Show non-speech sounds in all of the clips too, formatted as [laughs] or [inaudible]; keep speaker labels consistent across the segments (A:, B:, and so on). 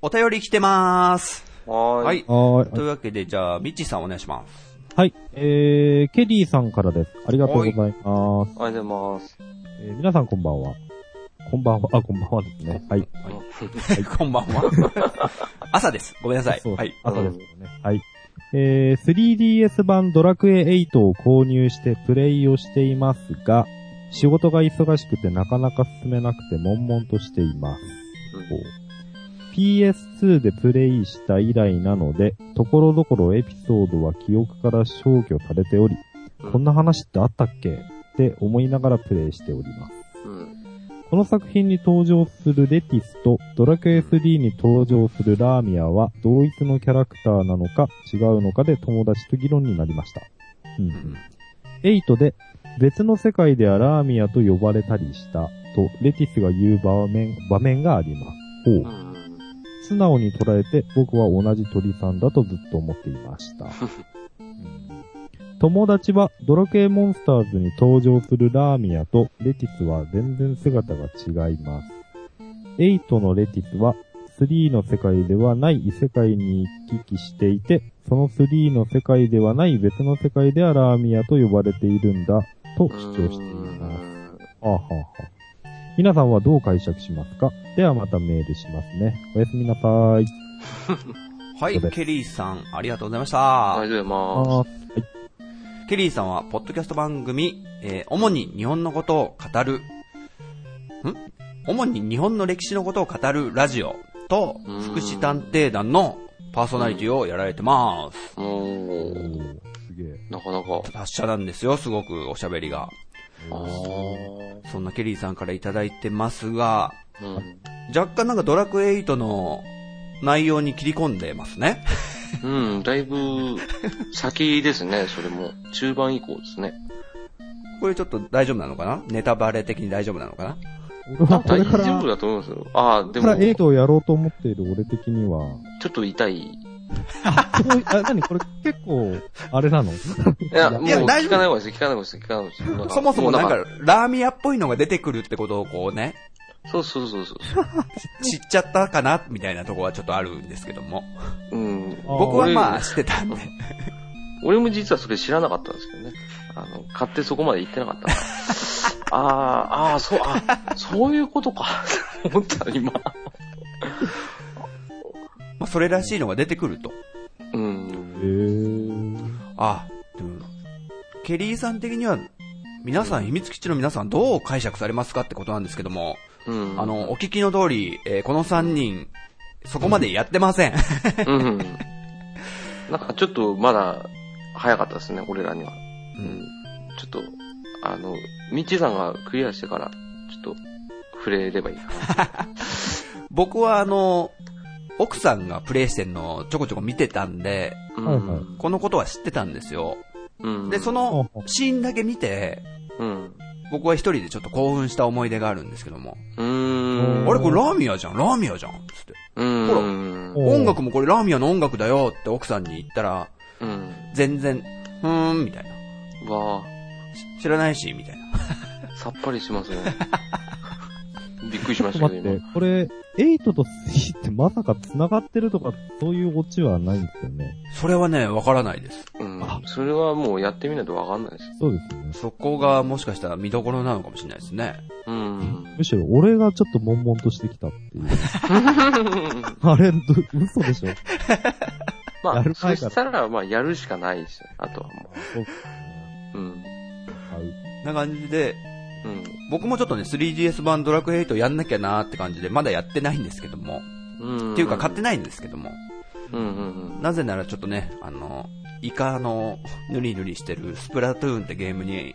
A: お便り来てまーす。
B: はーい。
A: はい。
C: はい
A: というわけで、じゃあ、ミッチーさんお願いします。
C: はい。えー、ケリーさんからです。ありがとうございます。
B: ありがとうございます。
C: えー皆さんこんばんは。こんばんは、あ、こんばんはですね。はい。
A: [laughs] こんばんは。
C: [laughs]
A: 朝です。ごめんなさい。
C: そう
A: はい。
C: 朝ですけどね。はい。えー、3DS 版ドラクエ8を購入してプレイをしていますが、仕事が忙しくてなかなか進めなくて悶々としています。こう PS2 でプレイした以来なので、ところどころエピソードは記憶から消去されており、
B: うん
C: こんな話ってあったっけって思いながらプレイしております。
B: うん。
C: この作品に登場するレティスとドラクエ3に登場するラーミアは同一のキャラクターなのか違うのかで友達と議論になりました。う
A: う
C: ん
A: ん
C: 8で別の世界ではラーミアと呼ばれたりしたとレティスが言う場面場面があります。ほう
B: うん。うん。
C: 素直に捉えて僕は同じ鳥さんだとずっと思っていました。うん友達はドラクエモンスターズに登場するラーミアとレティスは全然姿が違います。8のレティスは3の世界ではない異世界に行き来していて、その3の世界ではない別の世界ではラーミアと呼ばれているんだと主張しています。あはは皆さんはどう解釈しますかではまたメールしますね。おやすみなさい。
A: は
C: そうで
A: い。
C: す
A: ケリーさん、ありがとうございまし
B: あ
A: た。
B: りがとう
C: あ
B: ございます。
C: ー
A: ケリーさんは、ポッドキャスト番組、えー主に日本のことを語る、ん主に日本の歴史のことを語るラジオと
B: うん、
A: 福祉探偵団のパーソナリティをやられてます。
B: おー、
C: おーすげえ。
B: なかなか。
A: 達者なんですよ、すごくおしゃべりが。
B: あー。
A: そんなケリーさんからいただいてますが、
B: うん。
A: 若干なんかドラクエ8の内容に切り込んでますね。
B: うん、だいぶ、先ですね、それも。中盤以降ですね。
A: これちょっと大丈夫なのかなネタバレ的に大丈夫なのかな
C: 俺はこ
B: 大
C: れから、
B: 丈夫
C: こ
B: だと思いますよ。ああ、で
C: れか
B: も
C: ら、8をやろうと思っている俺的には、
B: ちょっと痛い。い
C: そういあ、なにこれ結構、あれなの
B: や、もう
A: いや
B: 聞
A: 大丈夫
B: かない方がいいです。聞かない方がいいです。聞かない方がいいです。
A: そもそもなんか
B: う、
A: ラーミアっぽいのが出てくるってことをこうね、
B: そうそうそうそう。
A: 知っちゃったかなみたいなとこはちょっとあるんですけども。
B: うん。
C: あー
A: 僕はま
B: 俺
A: あ知ってたんで。
B: 俺も実はそれ知らなかったんですけどね。あの、買ってそこまで行ってなかったから。 [laughs] あー、あー、そう、あ、そういうことか。 [laughs] 思った、今。
A: まあそれらしいのが出てくると。
B: う
C: え
B: ん。
C: ー。
A: あ、でも、ケリーさん的には、皆さん、秘密基地の皆さんどう解釈されますかってことなんですけども、
B: うん。
A: あ、の、お聞きの通り、えーこの3人、そこまでやってません。
B: うん。なんかちょっとまだ早かったですね、俺らには。うん。ちょっと、あの、ミッチーさんがクリアしてから、ちょっと、触れればいいか
A: 僕はあの、奥さんがプレイしてんのをちょこちょこ見てたんで、
B: な。
C: はいはい
A: このことは知ってたんですよ。
B: うん。
A: で、そのシーンだけ見て、
B: うん。
A: 僕は一人でちょっと興奮した思い出があるんですけども、
B: うーん。
A: あれこれラーミアじゃん、ラーミアじゃん、つって。
B: う
A: ほら
B: ん。
C: お
A: 音楽もこれラーミアの音楽だよって奥さんに言ったら、
B: うん。
A: 全然、ふーん、みたいな。
B: わあ。
A: し知らないし、みたいな。
B: さっぱりします
C: [laughs]
B: ね。びっくりしまし
C: ちょ
B: た
C: っと
B: け
C: 待
B: ど、
C: って
B: 今。、
C: これ、8と3ってまさか繋がってるとか、そういうオチはないんですよね。
A: それはね、わからないです。
B: うん
C: あ。
B: それはもうやってみないとわかんないです。
C: そうですよね。
A: そこがもしかしたら見どころなのかもしれないですね。
B: うん。
C: [laughs] むしろ俺がちょっと悶々としてきたって [laughs] いう。あれ、ど嘘でしょ
B: ま
C: や
B: あ
C: る、
B: そ
C: 前から
B: したら、まあ、やるしかないですよ。あとはも
C: そうです
B: う。うん。
C: ね
A: な感じで、
B: うん。
A: 僕もちょっとね、3DS 版ドラクエ8やんなきゃなーって感じで、まだやってないんですけども。
B: うん。
A: っていうか買って
B: な。
A: ないんですけども。
B: うんうん
A: なぜならちょっとね、あの、イカのぬりぬりしてるスプラトゥーンってゲームに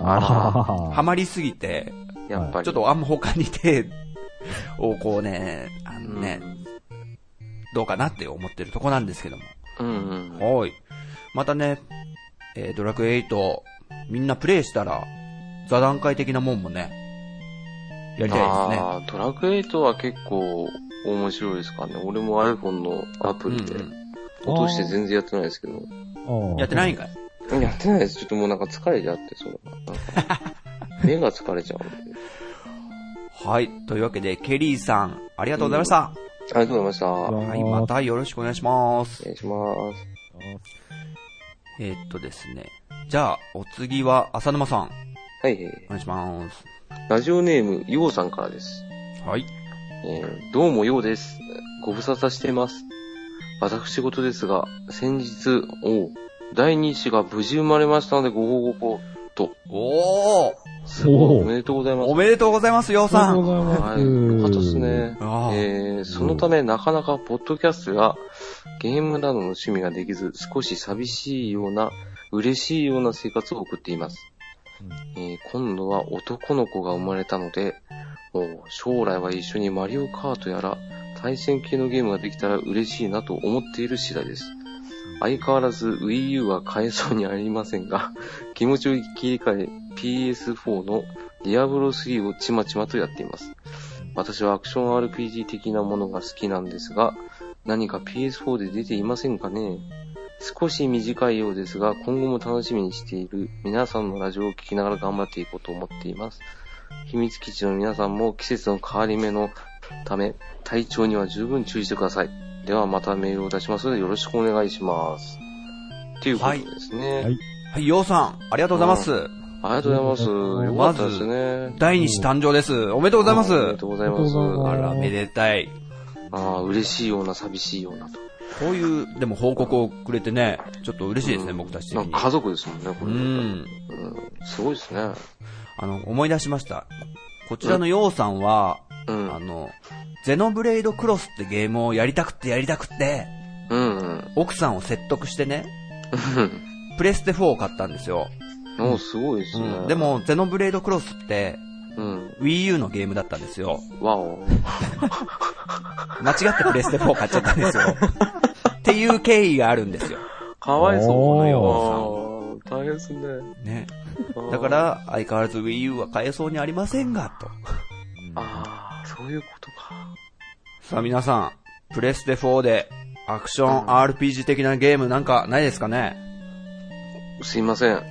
C: あ
A: ハマりすぎて、
B: うん。やっぱり。
A: ちょっとあんま他に手 [laughs] をこうね、あのね、どうかなって思ってるとこなんですけども。
B: うん。うんうん。
A: はい。またね、えードラクエ8、みんなプレイしたら、座談会的なもんもね、やりたいですね。
B: あードラクエイトは結構面白いですからね。俺も iPhone のアプリで
A: うん
B: 落として全然やってないですけど。
A: うん
C: あ
A: やってないんかい
B: やってないです。ちょっともうなんか疲れちゃって、そうだな。なん
A: [laughs]
B: か目が疲れちゃうんで。
A: はい。というわけで、ケリーさん、ありがとうございました。
B: ありがとうございました。お
C: わ
A: はい、またよろしくお願いします。
B: 願いします。
A: えーっとですね。じゃあ、お次は、浅沼さん。
B: はい、
A: お願いします。
B: ラジオネーム、ようさんからです。
A: はい。
B: えーどうもようです。ご無沙汰しています。私事ですが、先日、おう第2子が無事生まれましたので、ご報告を。
A: おー
B: すご
C: お
B: い。
C: う
B: おめでとうございます
A: お。めでとうございます、よう
C: あ
A: さ。
C: りがとうんございます。
B: はい。よかったですね。
A: ああ、
B: えーそのため、なかなかポッドキャストやゲームなどの趣味ができず、少し寂しいような、嬉しいような生活を送っています。えー今度は男の子が生まれたので、もう将来は一緒にマリオカートやら、対戦系のゲームができたら嬉しいなと思っている次第です。相変わらず Wii U は買えそうにありませんが、気持ちを切り替え PS4 のディアブロ3をちまちまとやっています。私はアクション RPG 的なものが好きなんですが、何か PS4 で出ていませんかね少し短いようですが、今後も楽しみにしている皆さんのラジオを聞きながら頑張っていこうと思っています。秘密基地の皆さんも季節の変わり目のため、体調には十分注意してください。ではまたメールを出しますのでよろしくお願いします。っていうことですね。
C: はい
A: はい、ようさん、ありがとうございます。
B: ありがとうございます。よかったですね。
A: 第二子誕生です。おめでとうございま
B: ありが
A: す。
B: とうござい
C: あり
B: ま。
C: がとうございま
A: あ
C: す
A: ら、めでたい。
B: ああ、嬉しいような、寂しいようなと。
A: こういう、でも報告をくれてね、ちょっと嬉しいですね、
B: うん
A: 僕たち的
B: な
A: に
B: ん。か家族ですもんね、こ
A: う
B: れ。うん。
A: ん。
B: すごいですね。
A: あの、思い出しました。こちらのようさんは、
B: うん。
A: あの、ゼノブレイドクロスってゲームをやりたくってやりたくって、
B: うんうん。
A: 奥さんを説得してね、プレステ4を買ったんですよ。
B: おすごいです
A: うん
B: ね。
A: で、も、ゼノブレイドクロスって、
B: うん。
A: Wii U のゲームだったんですよ。
B: わお。
A: 間違ってプレステ4買っちゃったん [laughs] ですよ。っていう経緯があるんですよ。
B: かわいそうな
A: お
B: よ。ああ大変ですね。
A: ね。
B: あー
A: だか、ら、相変わらず Wii U は買えそうにありませんが、と。
B: ああ、そういうことか。
A: さあ皆さん、プレステ4で、アクション RPG 的なゲームなんかないですかね
B: すいません。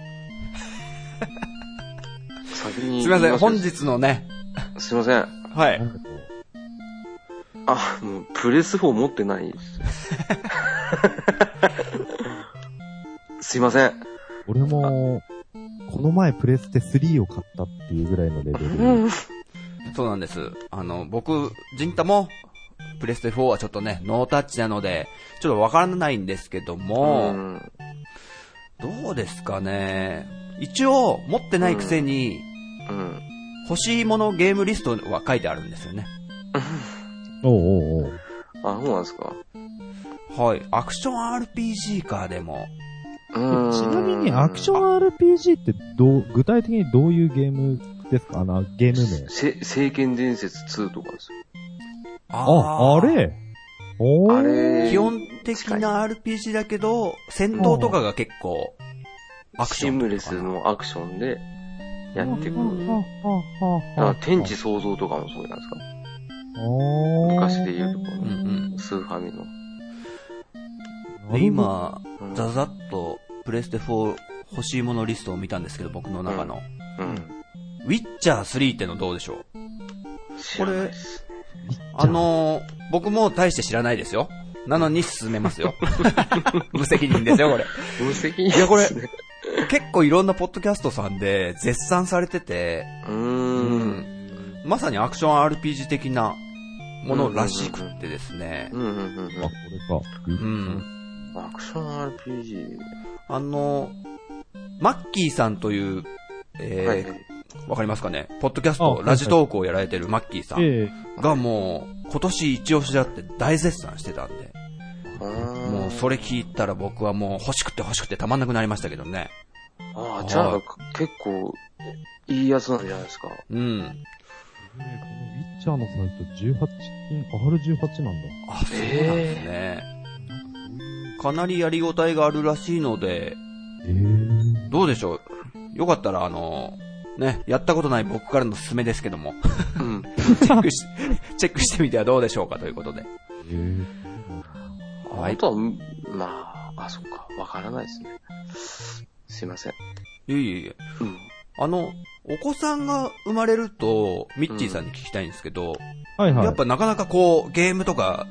B: 先に
A: すいません、本
B: 日。
A: 日のね、
B: すいません。
A: は。
C: ないんかこう
B: あ、もう、プレス4持ってないです。すいません。
C: 俺も、この前プレステ3を買ったっていうぐらいのレベルで。
A: そうなんです。あの、僕、ジンタも、プレステ4はちょっとね、ノータッチなので、ちょっとわからないんですけど
B: う
A: も、
B: ん
A: どうですかね。一応、持ってないくせに、
B: うん。
A: 欲しいものゲームリストは書いてあるんですよね。
C: おうおうおう。
B: あ、そうなんですか。
A: はい。アクション RPG か、でも。
B: うーん
C: ちなみにアクション RPG ってどう、具体的にどういうゲームですかあの、ゲーム名。
B: せ、聖剣伝説2とかですよ。
C: あ、あれおー
B: あれ
A: 基本的な RPG だけど、戦闘とかが結構、アクシ
B: シ
A: ョ
B: ー
A: ン
B: ム
A: と
B: レ
A: いうか
B: ス
A: な。
B: のアクションでやってくる。
C: はは
B: だ
C: は
B: から
C: は
B: 天地創造とかもそうじゃないですか。
C: おー
B: 昔で言うところ
A: うんうん。
B: スーファミの。
A: で、今、
B: うん
A: ざざっと、プレステ4欲しいものリストを見たんですけど、僕の中の。
B: うん。
A: ウィッチャー3ってのどうでしょう
B: 知らないです。
A: あのー、僕も大して知らないですよ。なのに進めますよ。無責任ですよ、これ。
B: 無責任
A: いやこれ
B: ですね
A: 結構いろんなポッドキャストさんで絶賛されてて、
B: うーん。
A: まさにアクション RPG 的なものらしくってですね
B: う。んうんうん
C: あ、これ
A: う
C: か。
A: ん。
B: うん。アクション RPG。
A: あの、マッキーさんという、えー
B: はい。
A: わかりますかねポッドキャスト、
C: あ
A: ラジトークをやられてるマッキーさん
C: ええ
A: がもう、今年一押しだって大絶賛してたんで、
B: あー
A: もうそれ聞いたら僕はもう欲しくて欲しくてたまんなくなりましたけどね。
B: ああ、じゃ
A: は
B: あ
A: い
B: 結構いいやつなんじゃないですか。
A: うん。
C: このウィッチャーのサイト18金、R18 なんだ。
A: あ、そうなんですね。かなりやりごたえがあるらしいので、
C: ええ
A: どうでしょうよかったら、あの、ね、やったことない僕からの勧めですけど [laughs] も、
B: うん。
A: チェックし、チェックしてみてはどうでしょうかということで。
C: え
A: はい
B: あとは、うんまあ、あ、そっか。わからないですね。すいません。
A: いえいえいえ。
B: うん。
A: あの、お子さんが生まれると、ミッチーさんに聞きたいんですけど、
C: はいはい。
A: やっぱなかなかこう、ゲームとか、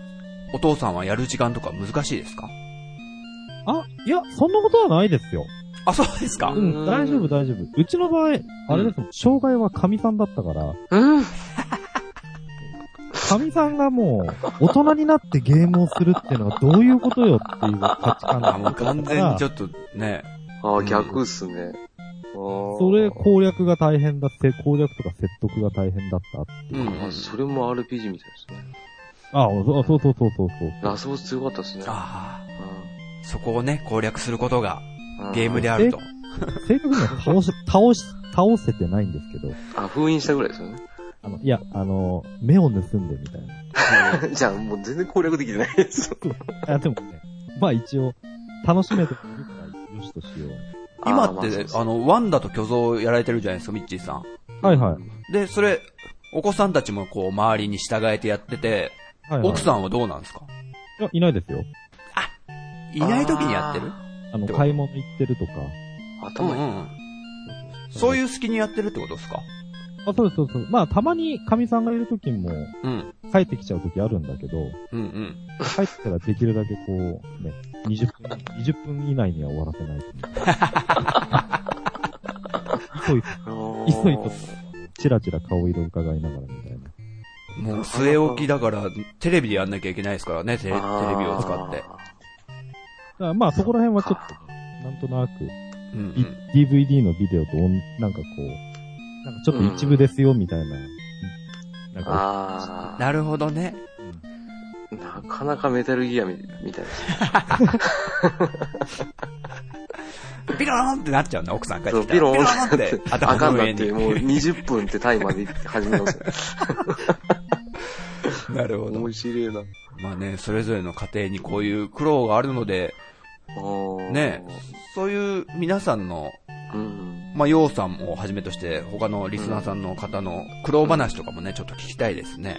A: お父さんはやる時間とか難しいですか
C: あ、いや、そんなことはないですよ。
A: あ、そうですか
C: う、
B: うんん
C: 大丈夫大丈夫。うちの場合、あれですもん、障害は神さんだったから、
B: うん。
C: 神さんがもう、大人になってゲームをするっていうのはどういうことよっていう価値観
A: あ、[laughs]
C: だ
A: もう
C: った
A: 完
C: か
A: 全に
C: ら
A: ち、ょっとね、
B: ああ、逆っすね。あー
C: それ攻略が大変だって、攻略とか説得が大変だったって
A: う
C: い
A: ん
C: う。
B: あそれも RPG みたいですね。
C: あ、そうそうそうそうそうそう。
B: ラスボス強かったですね。
A: ああ、そこをね、攻略することが
B: うん
A: ゲームであると。
C: 正確には倒し、倒し、倒せてないんですけど、
B: あ、封印したぐらいですよね。 [laughs]
C: あの、いや、あの、目を盗んでみたいな。
B: じゃあもう全然攻略できてないです。
C: あ、でもね、まあ一応、楽しめてくれるから、よしとしよう。
A: [laughs] 今
B: あー
A: っ
B: まあそう
A: て
B: で、す
A: あの、ワンダと巨像やられてるじゃないですか、ミッチーさん。
C: はいはい。はい
A: で、それ、お子さんたちもこう、周りに従えてやってて、
C: はい、
A: 奥さんはどうなんですか
C: いや、いないですよ。
A: いない時にやってる
C: あの、
A: でも
C: 買い物行ってるとか。
B: 頭に。
A: ん。そういう隙にやってるってことですか
C: あ、そうですそうそう。まあ、たまに神さんがいる時も、
A: うん。
C: 帰ってきちゃう時あるんだけど、
A: うんうん。
C: 帰ってからできるだけこう、ね、20分、20分以内には終わらせない。そういう、いそいそチラチラ顔色伺いながらみたいな。
A: もう据え置きだから、テレビでやんなきゃいけないですからね、テレテレビを使って。
C: だからまあ、そこら辺はちょっと、なんとなく、
A: うんう
C: い
A: ん。
C: DVD のビデオとおん、なんかこう、なんかちょっと一部ですよ、みたいな。なんか、
B: あ
A: なるほどね。
B: あ、なかなかメタルギアみみたいですね。
A: ピローンってなっちゃうんだ、奥さん帰ってきたら。
B: ピローン
A: ピローンって、
B: あか
A: 頭
B: ん
A: の
B: な
A: 上
B: っ
A: に
B: て、。もう20分ってタイまで始めますよ。
A: なるほど
B: 面。白いな。
A: まあね、それぞれの家庭にこういう苦労があるので、ねそういう皆さんの、
B: え。うん。
A: まあ、ようさんをはじめとして、他のリスナーさんの方の苦労話とかもね、ちょっと聞きたいですね。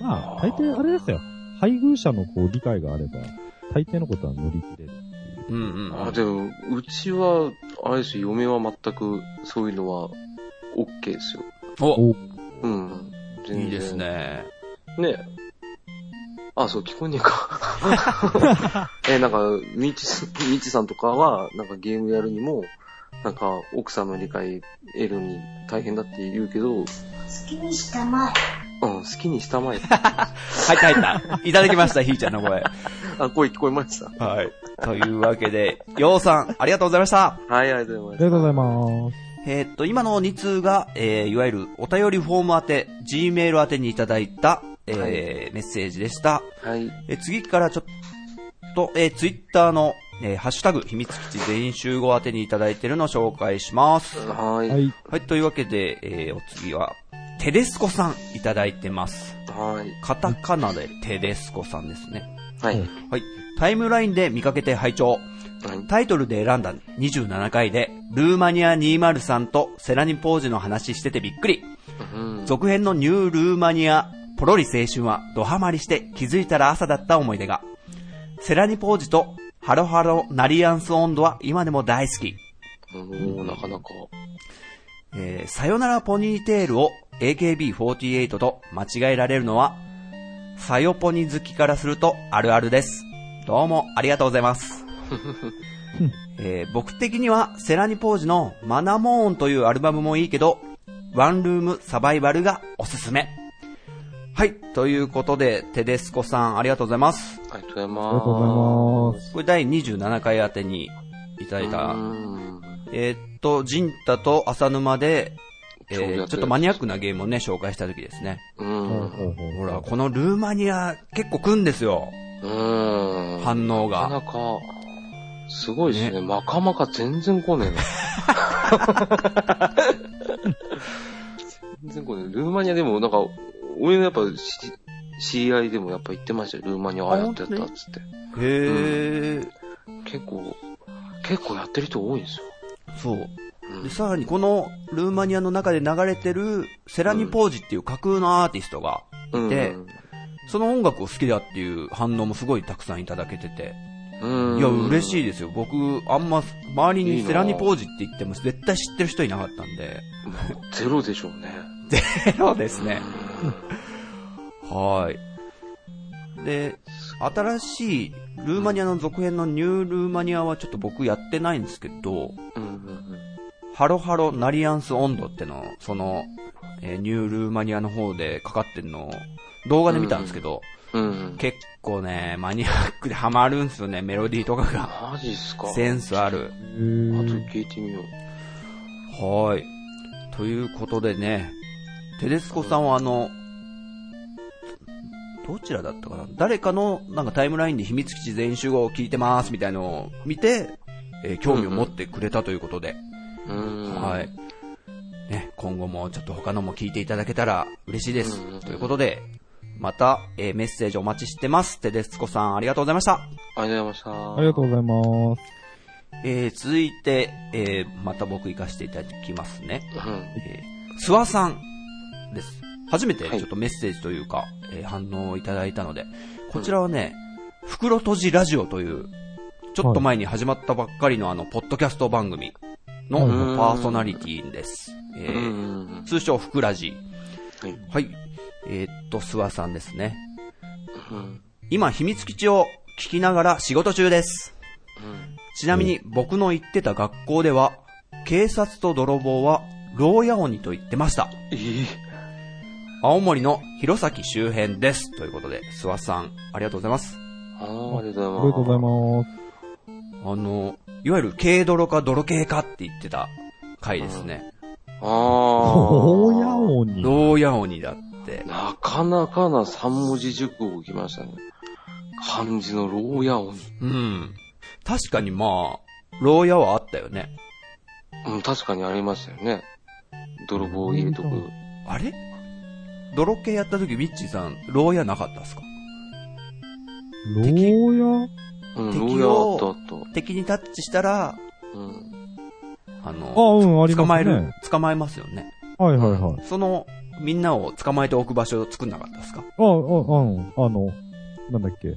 C: まあ、大抵あれですよ。配偶者のこう、理解があれば、大抵のことは乗り切れる。
A: うんうんうん。
B: あ、でも、うちは、あれですよ、嫁は全くそういうのは、OK ですよ。
A: お、
C: お
B: うん。全然
A: いいです。ね。
B: ねあ、そう、聞こえねえか。
A: [laughs]
B: え、なんか、みち、みちさんとかは、なんかゲームやるにも、なんか、奥さんの理解得るに大変だって言うけど、うん、
D: 好きにしたまえ。
B: 好きにしたまえ。
A: 入った入った。いただきました、ひーちゃんの声。
B: あ、声聞こえました。
A: はい。というわけで、ようさん、ありがとうございました。
B: はい、ありがとうござ
C: あ
B: いま
C: りがとうござい
B: す。
C: ます。
A: えーっと、今の2通が、えー、いわゆるお便りフォーム宛て、Gmail 宛てにいただいた、えー
B: はい
A: メッセージでした。
B: はい。
A: えー次からちょっと、えー、Twitter の、えーハッシュタグ、秘密基地全員集合宛てにいただいてるのを紹介します。
B: はい。
C: は
B: はい。
C: い。
A: はい、というわけで、えー、お次は、テデスコさんいただいてます。
B: はい。
A: カタカナでテデスコさんですね。
B: はい。
A: はい。タイムラインで見かけて拝聴。タイトルで選んだ27回で、ルーマニア203とセラニポージの話しててびっくり。
B: うん
A: 続編のニュールーマニア、ポロリ青春はドハマりして気づいたら朝だった思い出が。セラニポージとハロハロナリアンス温度は今でも大好き。
B: おー、なかなか。
A: えーさよならポニーテールを AKB48 と間違えられるのは、さよポニ好きからするとあるあるです。どうもありがとうございます。えー僕的にはセラニポージのマナモーンというアルバムもいいけど、ワンルームサバイバルがおすすめ。はい。ということで、テデスコさんありがとうございます。
B: ありがとうございます。
C: ありがとうございます。
A: これ第27回宛てにいただいた
B: うん
A: えーっと、ジンタと浅沼で、え
B: ちょうどやってる
A: ー
B: やつ
A: ちょっとマニアックなゲームをね、紹介した時ですね。
B: うん。
A: ほら、このルーマニア、結構来んですよ、
B: うん。
A: 反応
B: なか
A: が。
B: なか、すごいですね。まかまか全然来ねえな。全然来ねえ。ルーマニアでも、なんか、俺のやっぱし、知り合いでもやっぱ行ってましたよ。ルーマニアああやってやったっつって。
A: へー、
B: 結構、結構やってる人多いんですよ。
A: そう。
B: うん
A: で、さらにこのルーマニアの中で流れてる、セラニポージっていう架空のアーティストが、
B: うん
A: でその音楽を好きだっていう反応もすごいたくさんいただけてて、
B: ううん。
A: いや、嬉し
B: い。
A: いですよ。僕、あんま、周りにセラニポージって言っても絶対知ってる人いなかったん
B: [laughs]
A: で。
B: ゼロでしょうね。
A: そうですね。はい。で、新しいルーマニアの続編のニュールーマニアはちょっと僕やってないんですけど、
B: うんうん
A: ハロハロナリアンス温度っての、その、えーニュールーマニアの方でかかってんのを動画で見たんですけど、
B: うん。うん。
A: 結構ね、マニアックでハマるんすよね、メロディーとかが。
B: マジっすか。
A: センスある。
C: へ
B: あと
C: ー
B: 聞いてみよう。
A: はい。ということでね、テレスコさんはあの、どちらだったかな誰かのなんかタイムラインで秘密基地全員集合を聞いてますみたいのを見て、えー興味を持ってくれたということで、
B: うん。
A: はい。。ね、今後もちょっと他のも聞いていただけたら嬉しいです。
B: うんうんうん
A: ということで、また、えーメッセージお待ちしてます。テレスコさんありがとうございました。
B: ありがとうございました。
C: ありがとうございます。
A: えー続いて、えーまた僕行かせていただきますね。
B: うん。
A: えー、諏訪さんです。初めて
B: はい
A: ちょっとメッセージというか、えー反応をいただいたので、こちらはね、袋閉じラジオという、ちょっと前に始まったばっかりのあの、ポッドキャスト番組の
B: うん
A: パーソナリティです。え
B: うんう
A: ー
B: んうん。
A: 通称、袋ラジ。
B: はい。
A: はい。えーっと、諏訪さんですね。
B: うん。
A: 今、秘密基地を聞きながら仕事中です。
B: うん。
A: ちなみに僕の行ってた学校では、警察と泥棒は牢屋鬼と言ってました。
B: ええ。
A: 青森の弘前周辺です。ということで、諏訪さん、ありがとうございます。
B: あーありがと
C: あ
B: う
C: り
B: ございます。
C: がとうございます。
A: あの、いわゆる軽泥か泥系かって言ってた回ですね。
B: ああ。
C: おやおに。
A: 牢屋鬼だって。
B: なかなかな三文字熟語来ましたね。漢字の牢屋音。
A: うん。確かにまあ、牢屋はあったよね。
B: うん、確かにありましたよね。泥棒を入れとく。
A: あれ泥系やった時、ミッチーさん、牢屋なかったですか敵
C: 牢屋
B: うん、
A: 敵
B: 牢
A: を
B: 屋あったあっ
A: 敵にタッチしたら、
B: た。うん。
A: あ
C: あ、
A: の、
C: うん、あり
A: 捕
C: ますね。
A: まえる、捕まえますよね。
C: はいはいはい。
A: その、みんなを捕まえておく場所を作んなかったですか
C: あ、あ、うん、あの、なんだっけ、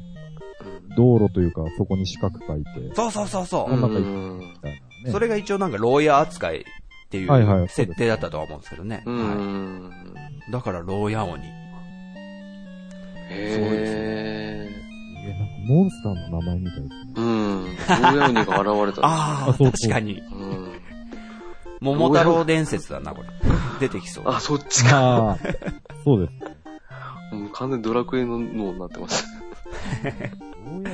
C: 道路というか、そこに四角書いて、
A: そうそうそうそうう。
B: ん。
C: なんか
B: うん。
C: ね
A: それが一応なんか牢屋扱いってい
C: はいは
A: う
C: い
A: 設定だったとは思うんですけどね。
B: う
A: は
B: ん。
A: いだから牢屋鬼。そうです
B: へえ。
C: えなんかモンスターの名前みたいですね。
B: うん。牢屋鬼が現れた。
A: ああ、
C: あそうそう
A: 確かに。
B: うん。
A: 桃太郎伝説だな、
C: [laughs]
A: これ。出てきそう。
B: あ、そっちか。
C: ああ、そうです。
B: もう完全にドラクエの脳になってます。
C: 牢屋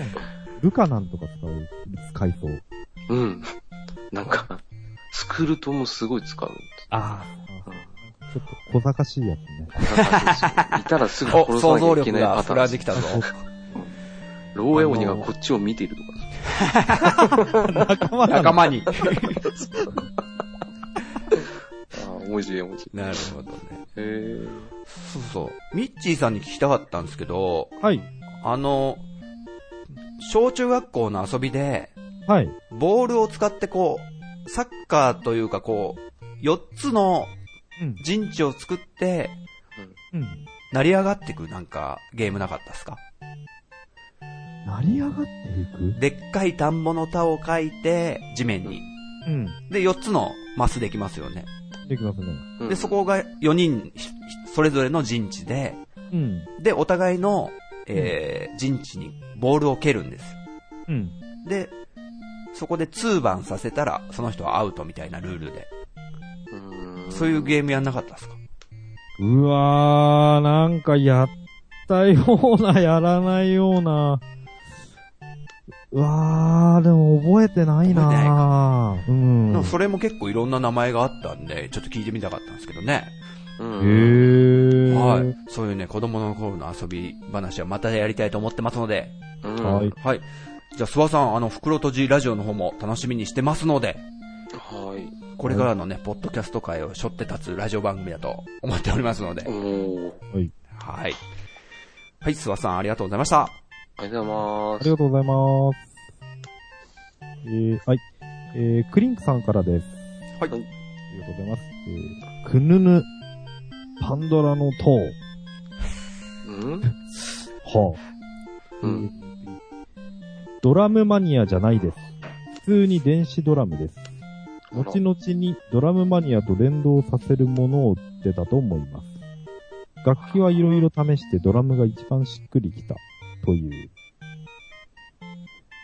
C: ルカなんとか使う、使いそう。
B: うん。なんか、スクルトもすごい使う。
A: あ
C: ちょっと小賢しいやつね。
B: いたらすぐ
A: ーお、
B: 殺
A: 想
B: さ
A: 像
B: なきゃいけ
A: 力
B: ない
A: が
B: パタ
A: 膨ら
B: ー
A: ん
B: ン
A: でき
C: [laughs]
A: たぞ。
B: 牢屋鬼がこっちを見ているとか。
C: 仲間
A: 仲間
C: [laughs]
A: に。
B: ああ、面白い面白い。
A: なるほどね。
B: へえ。
A: そうそう。ミッチーさんに聞きたかったんですけど、
C: はい。
A: あの、小中学校の遊びで、
C: はい。
A: ボールを使ってこう、サッカーというかこう、4つの
C: うん。
A: 陣地を作って、
C: うん。
A: 成り上がってくなんか、ゲームなかったですか
C: 成り上がっていく
A: でっかい田んぼの田を書いて、地面に。
C: うん。
A: で、4つのマスできますよね。
C: できますね。
A: で、そこが4人、ひひそれぞれの陣地で、
C: うん。
A: で、お互いの、えー、陣地にボールを蹴るんですよ。
C: うん。
A: で、そこで2番させたら、その人はアウトみたいなルールで。
B: うん、
A: そういうゲームやんなかったですか
C: うわー、なんかやったような、やらないような。うわー、でも覚えてない
A: 覚えてない
C: なーうん。
A: でもそれも結構いろんな名前があったんで、ちょっと聞いてみたかったんですけどね。
B: う
C: へ
B: ん。
C: ー。
A: はい。。そういうね、子供の頃の遊び話はまたやりたいと思ってますので、
B: うん
C: はい。。
A: はい。じゃあ、諏訪さん、あの、袋とじラジオの方も楽しみにしてますので、
B: はい。
A: これからのね、ポッドキャスト界を背負って立つラジオ番組だと思っておりますので
B: お、ー。
A: はい。はい、諏訪さん、ありがとうございました。
B: ありがとうご
C: あ
B: ざ
C: り
B: いま
C: がとうございます。えー、はい。えー、クリンクさんからです。
A: はい
B: はい
C: ありがとうございます。えー、くぬぬ、パンドラの塔。
B: す。うん
C: はあ。
B: うん。
C: えードラムマニアじゃないです。普通に電子ドラムです。
B: あら
C: 後々にドラムマニアと連動させるものを売ってたと思います。楽器はいろいろ試してドラムが一番しっくりきたという。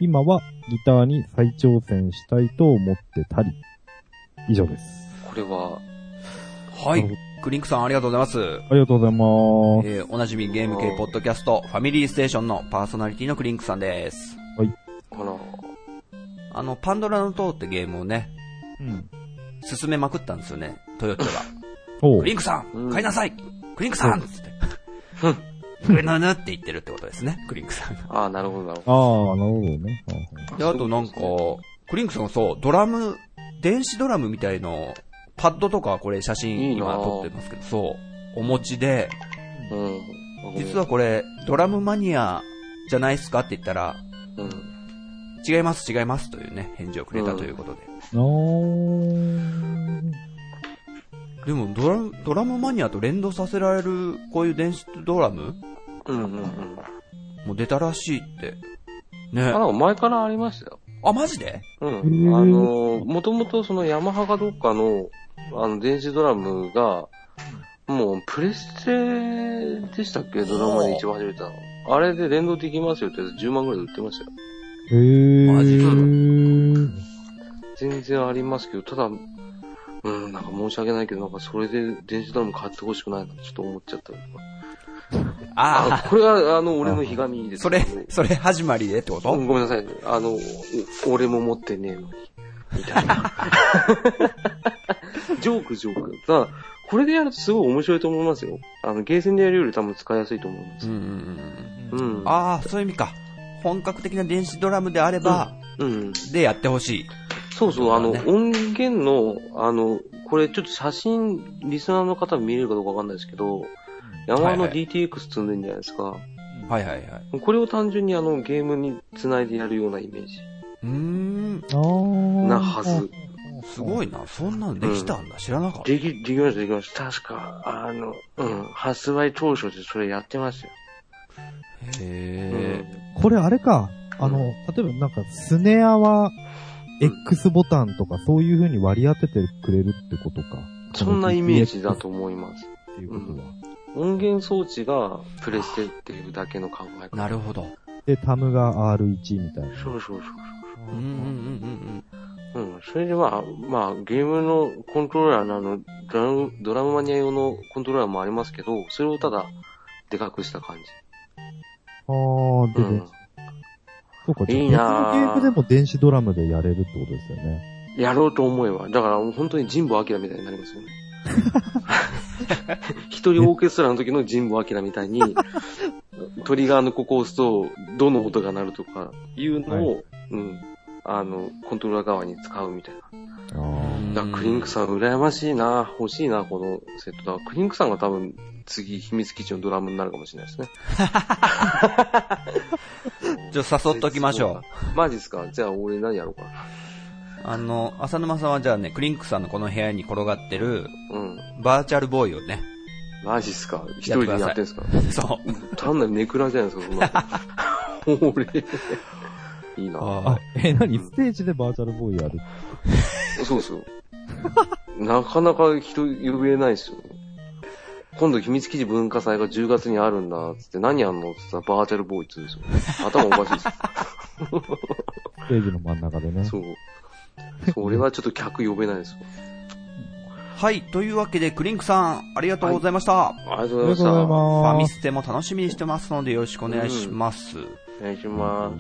C: 今はギターに再挑戦したいと思ってたり。以上です。
B: これは、
A: は
C: なる
A: い。クリンクさんありがとうございます。
C: ありがとうございます。
A: えー、おなじみゲーム系ポッドキャスト、ファミリーステーションのパーソナリティのクリンクさんです。
B: この、
A: あの、パンドラの塔ってゲームをね、
C: うん。
A: 進めまくったんですよね、トヨッチョが。
C: お
A: ク
C: う
A: リンクさ
B: うん
A: ん買いなさいクリンクさんつって。 [laughs] ふぬぬって言ってるってことですね、クリンクさんが。
B: ああ、なるほど、なるほ
C: ああ、なるほどね。はいはい
A: で、あとなんか、クリンクさんそう、ドラム、電子ドラムみたいの、パッドとかこれ写真
B: いいな
A: 今
B: あ
A: 撮ってますけど、そう、お持ちで、
B: ど。うん。
A: 実は、これ、ドラムマニアじゃないっすかって言ったら、
B: うん。
A: 違います違いますというね、返事をくれたということで。
C: あー
A: でもドラム、ドラムマニアと連動させられる、こういう電子ドラム
B: うんうんうん。
A: もう出たらしいって。
B: あ、
A: ね
B: なん。か前からありましたよ。
A: あ、マジで
B: うん。
C: ー
B: あの、もともとそのヤマハかどっかの、あの、電子ドラムが、もう、プレステでしたっけドラマで一番初めての。あれで連動できますよってやつ10万ぐらいで売ってましたよ。
C: へー。
A: マジか
B: 全然ありますけど、ただ、うん、なんか申し訳ないけど、なんかそれで電子ドラム買ってほしくないなってちょっと思っちゃった。
A: あ
B: あ、これは、あの、俺のひがみで
A: あ、
B: す。
A: それ、それ始まりでってこと、
B: うんごめんなさい。あの、お俺も持ってねえのに。みたいな。 [laughs] ジョーク、ジョーク。ただ、これでやるとすごい面白いと思いますよ。あの、ゲーセンでやるより多分使いやすいと思いま
A: う
B: す
A: んう。んうん。
B: うん。
A: ああ、そういう意味か。本格的な電子ドラムであれば、
B: うん。
A: でやってほしい。
B: そうそう、あの、
A: そうだ
B: 音源の、あの、これちょっと写真、リスナーの方見れるかどうかわかんないですけど、ヤマハの
A: はいはい
B: DTX 積んでるんじゃないですか。
A: はいはいはい。
B: これを単純にあの、ゲームに繋いでやるようなイメージ。
A: うーん、
C: あー
B: なはず。
A: すごいな。そんなのできたんだ。知らなかった。
B: でき、できました、できました。確か、あの、うん、発売当初でそれやってましたよ。
A: へ
C: これあれか。あの、例えばなんか、スネアは、X ボタンとかそういう風に割り当ててくれるってことか。
B: うん、そんなイメージだと思います。
C: っていうことは。
B: 音源装置がプレステっていうだけの考え
A: え。
B: 方。
A: なるほど。
C: で、タムが R1 みたいな。
B: そうそう
A: うんうんうんうん
B: そう。うん。それでまあ、まあ、ゲームのコントローラーのあの、ドラム、ドラムマニア用のコントローラーもありますけど、それをただ、でかくした感じ。
C: あー、で、
B: う
C: で
B: ん。
C: そうか、じゃあ
B: いいなー
C: 別のゲームでも電子ドラムでやれるってことですよね。
B: やろうと思えば。だから本当に神保明みたいになりま
A: [laughs]
B: すよね。一人オーケストラの時の神保明みたいに、トリガーのここを押すと、どの音が鳴るとかいうのを、うん。あの、コントローラー側に使うみたいな。
A: う
C: あ
A: ん。
B: だからクリンクさん羨ましいな、欲しいな、このセットだ。クリンクさんが多分次、秘密基地のドラムになるかもしれないですね。
A: [laughs] じゃあ誘っときましょ
B: う。マジっすかじゃあ俺何やろうかな。
A: あの、浅沼さんはじゃあね、クリンクさんのこの部屋に転がってる
B: うん。
A: バーチャルボーイをね、 [laughs]
B: マジっすか一人でやってんすか
A: そう。
B: 単なるネクラじゃないですか、そ [laughs] んなの。俺、いいな。
A: あ
C: あ、え、何ステージでバーチャルボーイやる
B: そうですよ。なかなか人呼べないですよ。今度秘密基地文化祭が10月にあるんだ、つって何やんのつって言ったらバーチャルボーイっつうんですよ。頭おかしいですよ。
C: ステージの真ん中でね。
B: そう。それはちょっと客呼べないですよ。
A: はい、というわけでクリンクさん、ありがとうございました。
B: ありがと
C: あ
B: う
C: り
B: ご
C: がとう
B: ざい
A: フ
B: ま
A: ァ
C: ござい
A: ミ
C: ます。
A: ステも楽しみにしてますのでよろしくお願いします。
B: す。お願いしま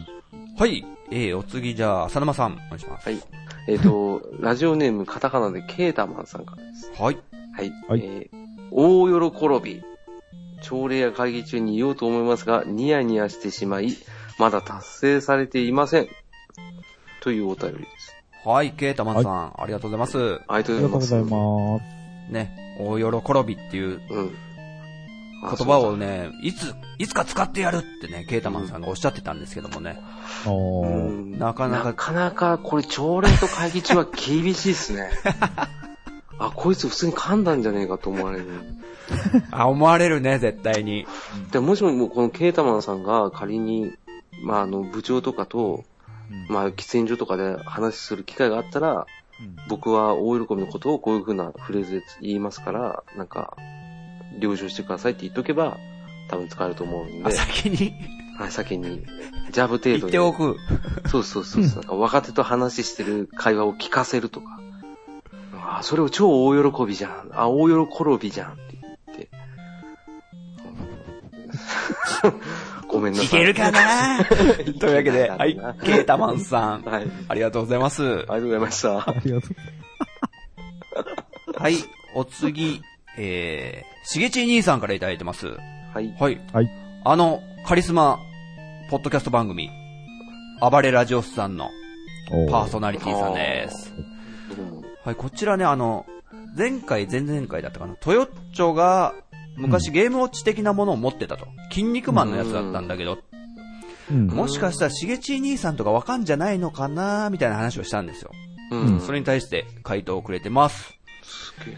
B: す。
A: はい、えー、お次じゃあ、浅沼さん、お願いします。
B: はいえっ、と、ラジオネームカタカナでケータマンさんからです。
A: はい。
B: はい。
C: はい
B: えー大喜び。朝礼や会議中に言おうと思いますが、ニヤニヤしてしまい、まだ達成されていません。というお便りです。
A: はい、ケータマンさん、ありがとうございます。
B: ありがとう
C: ありがとう
B: ご
C: ご
B: ざ
C: ざ
B: い
C: い
B: ます。
C: ます。
A: ね、大喜びっていう
B: うん。
A: 言
B: あ
A: 葉を。ね、いつ、いつか使ってやるってね、ケータマンさんがおっしゃってたんですけどもね、 [laughs]
C: あ
B: そうだう
C: ー。
B: ん
A: なかな
B: な
A: か、
B: かなか、これ、朝礼と会議中は厳しいっすね。 [laughs] あ、こいつ普通に噛んだんじゃねえかと思われる。
A: あ、思われるね、絶対に。
B: でもしも、もうこのケータマンさんが仮に、まあ、あの、部長とかと、
C: うん
B: まあ、喫煙所とかで話する機会があったら、
C: うん
B: 僕は大喜びのことをこういう風なフレーズで言いますから、なんか、了承してくださいって言っとけば、多分使えると思うん
A: あ、
B: で、
A: 先に
B: はい、先に、ジャブ程
A: 言
B: 度
A: っ
B: に
A: ておく。
B: そうそうそうそう。なんか若手と話してる会話を聞かせるとか。ああ、それを超大喜びじゃん。あ、大喜びじゃんって言って。うんごめんなさい。
A: 聞けるか
B: [laughs]
A: な
B: いけない
A: というわけで、
B: な
A: はい、ケータマンさん、
B: はい。あり
A: ありがとうございます。
B: がとうございました。
C: ありがとう。
A: はい、お次、えー、しげち兄さんからいただいてます。
B: はい。
A: はい。
C: はい
A: あの、カリスマ、ポッドキャスト番組、暴れラジオスさんの
C: お
A: パーソナリティさんです。
B: どうも。
A: はい、こちらね、あの、前回、前々回だったかな、トヨッチョが、昔ゲームウォッチ的なものを持ってたと。筋肉マンのやつだったんだけど、
C: うん。
A: もしかしたらしげち兄さんとかわかんじゃないのかなみたいな話をしたんですよ。
B: うん。
A: それに対して回答をくれてます。
B: すげえ。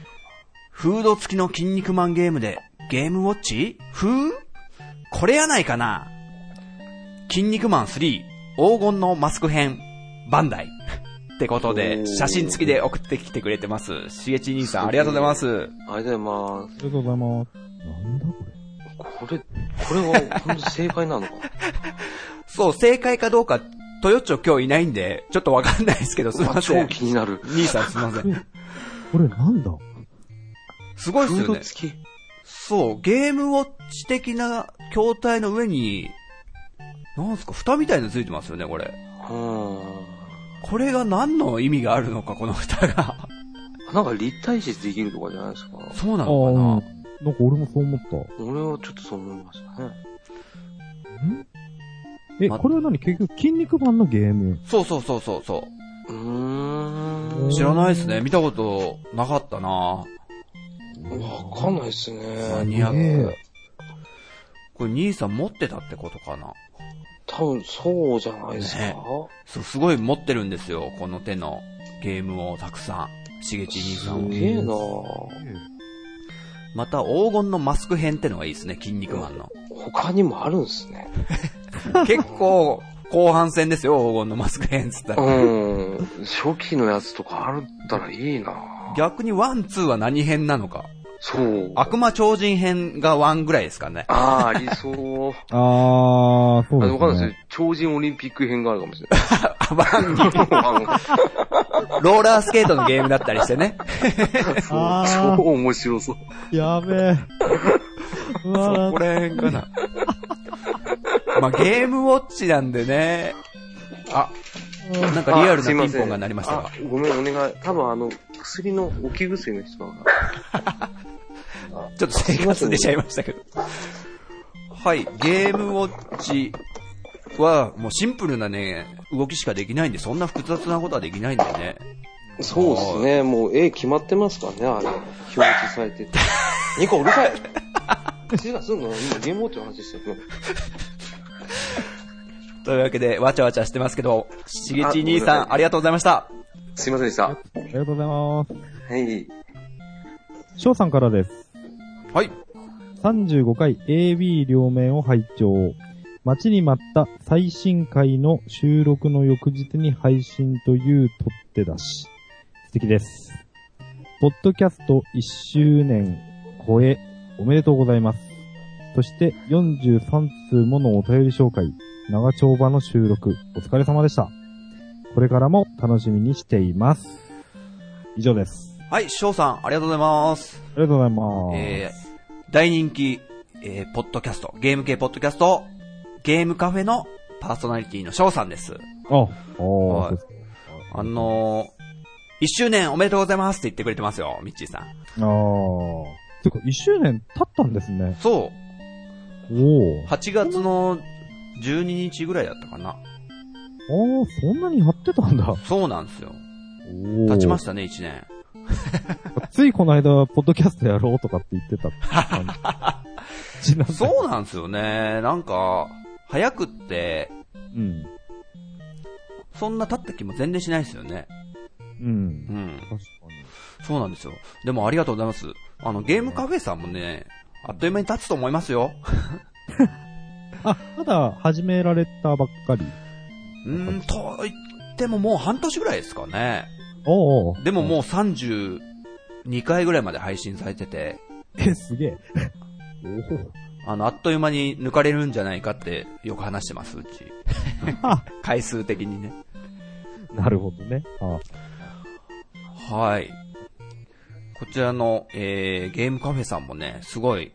A: フード付きの筋肉マンゲームで、ゲームウォッチ風これやないかな筋肉マン3、黄金のマスク編、バンダイ。 [laughs] ってこと
B: お
A: で、
B: ー
A: 写真付きで送ってきてくれてます。しげち兄さん、ありがとうございます。
B: ありがとうございま
C: ありがとうございます。なんだこれ。
B: す。これ、これは本当正解なのか。
A: そう、正解かどうか、トヨッチョ今日いないんで、ちょっとわかんないですけ [laughs] ど、すいませ
B: 超
A: ん。
B: 気になる。
A: 兄さんすいません。
C: これなんだ
A: すごいっ
B: フ
A: す
B: ー
A: よ
B: ド
A: ね。
B: 付き。
A: そう、ゲームウォッチ的な筐体の上に、なんすか、蓋みたいなのついてますよね、これ。
B: う
A: これが何の意味があるのか、この蓋が。
B: ん。なんか立体視できるとかじゃないですか。
A: [laughs] そうな
C: あ
A: のか
C: ー
A: な
C: うんなんか俺もそう思った。
B: 俺はちょっとそう思いましたね。
C: んえ、
A: ま
C: これは何結局、筋肉版のゲーム。
A: そうそうそうそうそう
B: ー
A: う。
B: ん。
A: 知らないですね。見たことなかったな
B: わかんないっす
A: マ
B: ね。
A: ニア
C: ね
A: ック。これ兄さん持ってたってことかな
B: 多分そうじゃないですか。
A: ねそう、すごい持ってるんですよ。この手のゲームをたくさん。しげち兄さんは。
B: すげえな
A: また黄金のマスク編ってのがいいですね。筋肉マンの。
B: 他にもあるん
A: [laughs]
B: すね。
A: 結構、後半戦ですよ。黄金のマスク編っつった
B: う
A: ら。
B: ん。初期のやつとかあるったらいいな
A: 逆にワン、ツーは何編なのか。
B: そう。あ
A: 悪魔超人編がワンぐらいですかね。
B: あ、あり
A: [laughs]
B: そう。
C: あー、そう
B: あ
C: で
B: の、わかんないで
C: す
B: す
C: ね。
B: よ。超人オリンピック編があるかもしれない。
A: あワン
B: [laughs] あ
A: ローラースケートのゲームだったりしてね。
B: の
C: あ
B: そう
C: ー
B: 超面白そう。[laughs]
C: やべえ。うわ
A: そ
C: ー
A: こら辺かな。 [laughs] まあ、ゲームウォッチなんでね。あ、なんかリアルなピンポンが鳴りました
B: あ
A: が。
B: すいせんあごめん、お願い。多分あの、薬の、置き薬の人が。
A: ちょっと生活出ちゃいましたけど。はい、ゲームウォッチは、もうシンプルなね、動きしかできないんで、そんな複雑なことはできないんでね。
B: そうですね。もう絵決まってますからね、あれ。表示さ
A: [laughs]
B: れてて。ニコ、うるさい口がすんの今、ゲームウォッチの話してる。
A: というわけで、わちゃわちゃしてますけど、しげち兄さん、
B: あ
A: ありがとうございました。
B: すいませんでした。は
C: ありがとうございます。
B: い。
C: 翔さんからです。
A: はい。
C: 35回 AB 両面を拝聴。待ちに待った最新回の収録の翌日に配信という取って出し。素敵です。ポッドキャスト1周年超え、おめでとうございます。そして43通ものお便り紹介、長丁場の収録、お疲れ様でした。これからも楽しみにしています。以上です。
A: はい、翔さん、ありがとうございます。
C: ありがとうございます。
A: えー大人気、えーポッドキャスト、ゲーム系ポッドキャスト、ゲームカフェのパーソナリティの翔さんです。
C: あ、おー、
A: はい
C: そうです
A: あのー、一周年おめでとうございますって言ってくれてますよ、ミッチーさん。
C: ああ。てか、一周年経ったんですね。
A: そ
C: お
A: う、
C: お。あ
A: 8月の12日ぐらいだったかな。
C: あ、そんなにやってたんだ。
A: そうなんですよ。
C: おお。
A: 経ちましたね、1年。
C: ついこの間、ポッドキャストやろうとかって言ってた感
A: [laughs]
C: じ。なんだ
A: そうなんですよね。なんか、早くって、
C: うん。
A: そんな経った気も全然しないですよね。
C: うん
A: う。ん。
C: 確か
A: そうなんですよ。でもありがとうございます。あの、ゲームカフェさんもね、あっという間に経つと思いますよ。
C: あ、まだ始められたばっかり。
A: うーん、と言ってももう半年ぐらいですかね。
C: おうおう。
A: でももう32回ぐらいまで配信されてて、
C: え、すげえ。おお。
A: あの、あっという間に抜かれるんじゃないかってよく話してます、うち。回数的にね。
C: [laughs] なるほどね。あ
A: はい。こちらの、えー、ゲームカフェさんもね、すごい、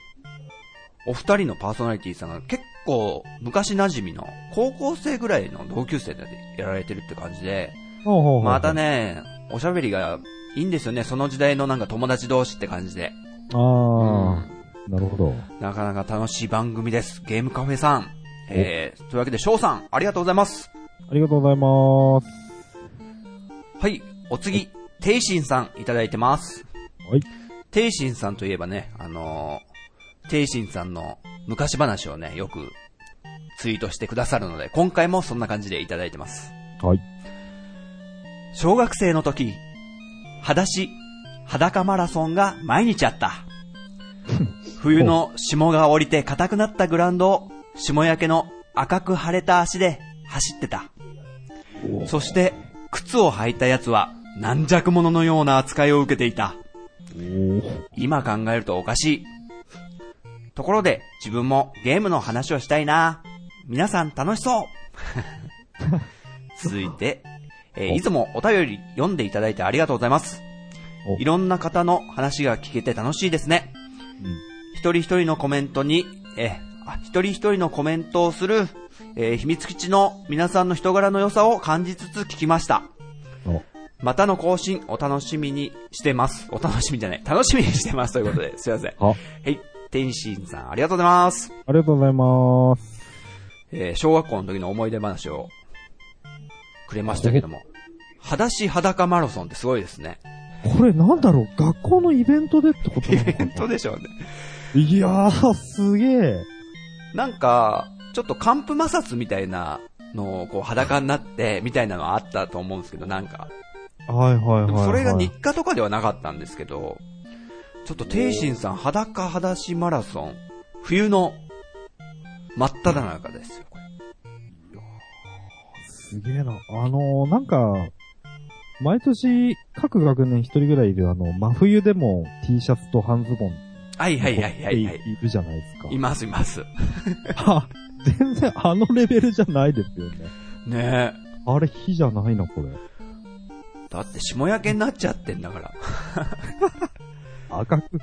A: お二人のパーソナリティさんが結構昔馴染みの高校生ぐらいの同級生でやられてるって感じで、
C: おうおうおう
A: また。ね、おしゃべりがいいんですよね、その時代のなんか友達同士って感じで。
C: ああ、なるほど。
A: なかなか楽しい番組です。ゲームカフェさん。えー、というわけで、翔さん、ありがとうございます。
C: ありがとうございます。
A: はい、お次、ていしんさん、いただいてます。
C: はい。
A: ていしんさんといえばね、あのー、ていしんさんの昔話をね、よくツイートしてくださるので、今回もそんな感じでいただいてます。
C: はい。
A: 小学生の時、裸足、裸マラソンが毎日あった。冬の霜が降りて硬くなったグラウンドを、霜焼けの赤く腫れた足で走ってた。そして、靴を履いた奴は軟弱者のような扱いを受けていた。今考えるとおかしい。ところで、自分もゲームの話をしたいな。皆さん楽しそう続いて、えーいつもお便り読んでいただいてありがとうございます
C: お。
A: いろんな方の話が聞けて楽しいですね。一人一人のコメントに、えーあ一人一人のコメントをする、えー秘密基地の皆さんの人柄の良さを感じつつ聞きました。
C: お
A: またの更新お楽しみにしてます。お楽しみじゃない。楽しみにしてます。ということ [laughs] で、すいません。
C: あ、
A: はい。天心さん、ありがとうございます。
C: ありがとうございます。
A: えー小学校の時の思い出話をくれましたけども。裸足裸マラソンってすごいですね。
C: これなんだろう学校のイベントでってことなのかな
A: どうでしょうね。
C: いやー、すげえ。
A: なんか、ちょっと寒風摩擦みたいなのをこう裸になってみたいなのはあったと思うんですけど、なんか。
C: はいはいはい、
A: で
C: は
A: も
C: い。
A: それが日課とかではなかったんですけど、ちょっと天心さん裸裸足マラソン、冬の真っ只中ですよ、これ。
C: すげえな。あのー、なんか、毎年、各学年一人ぐらいいる、あの、真冬でも T シャツと半ズボン。
A: はいはいはいはいはい。
C: [laughs] いるじゃないですか。
A: いますいます。
C: は [laughs] 全然あのレベルじゃないですよね。
A: ねえ。
C: あれ、火じゃないな、これ。
A: だって霜焼けになっちゃってんだから。
C: 赤く、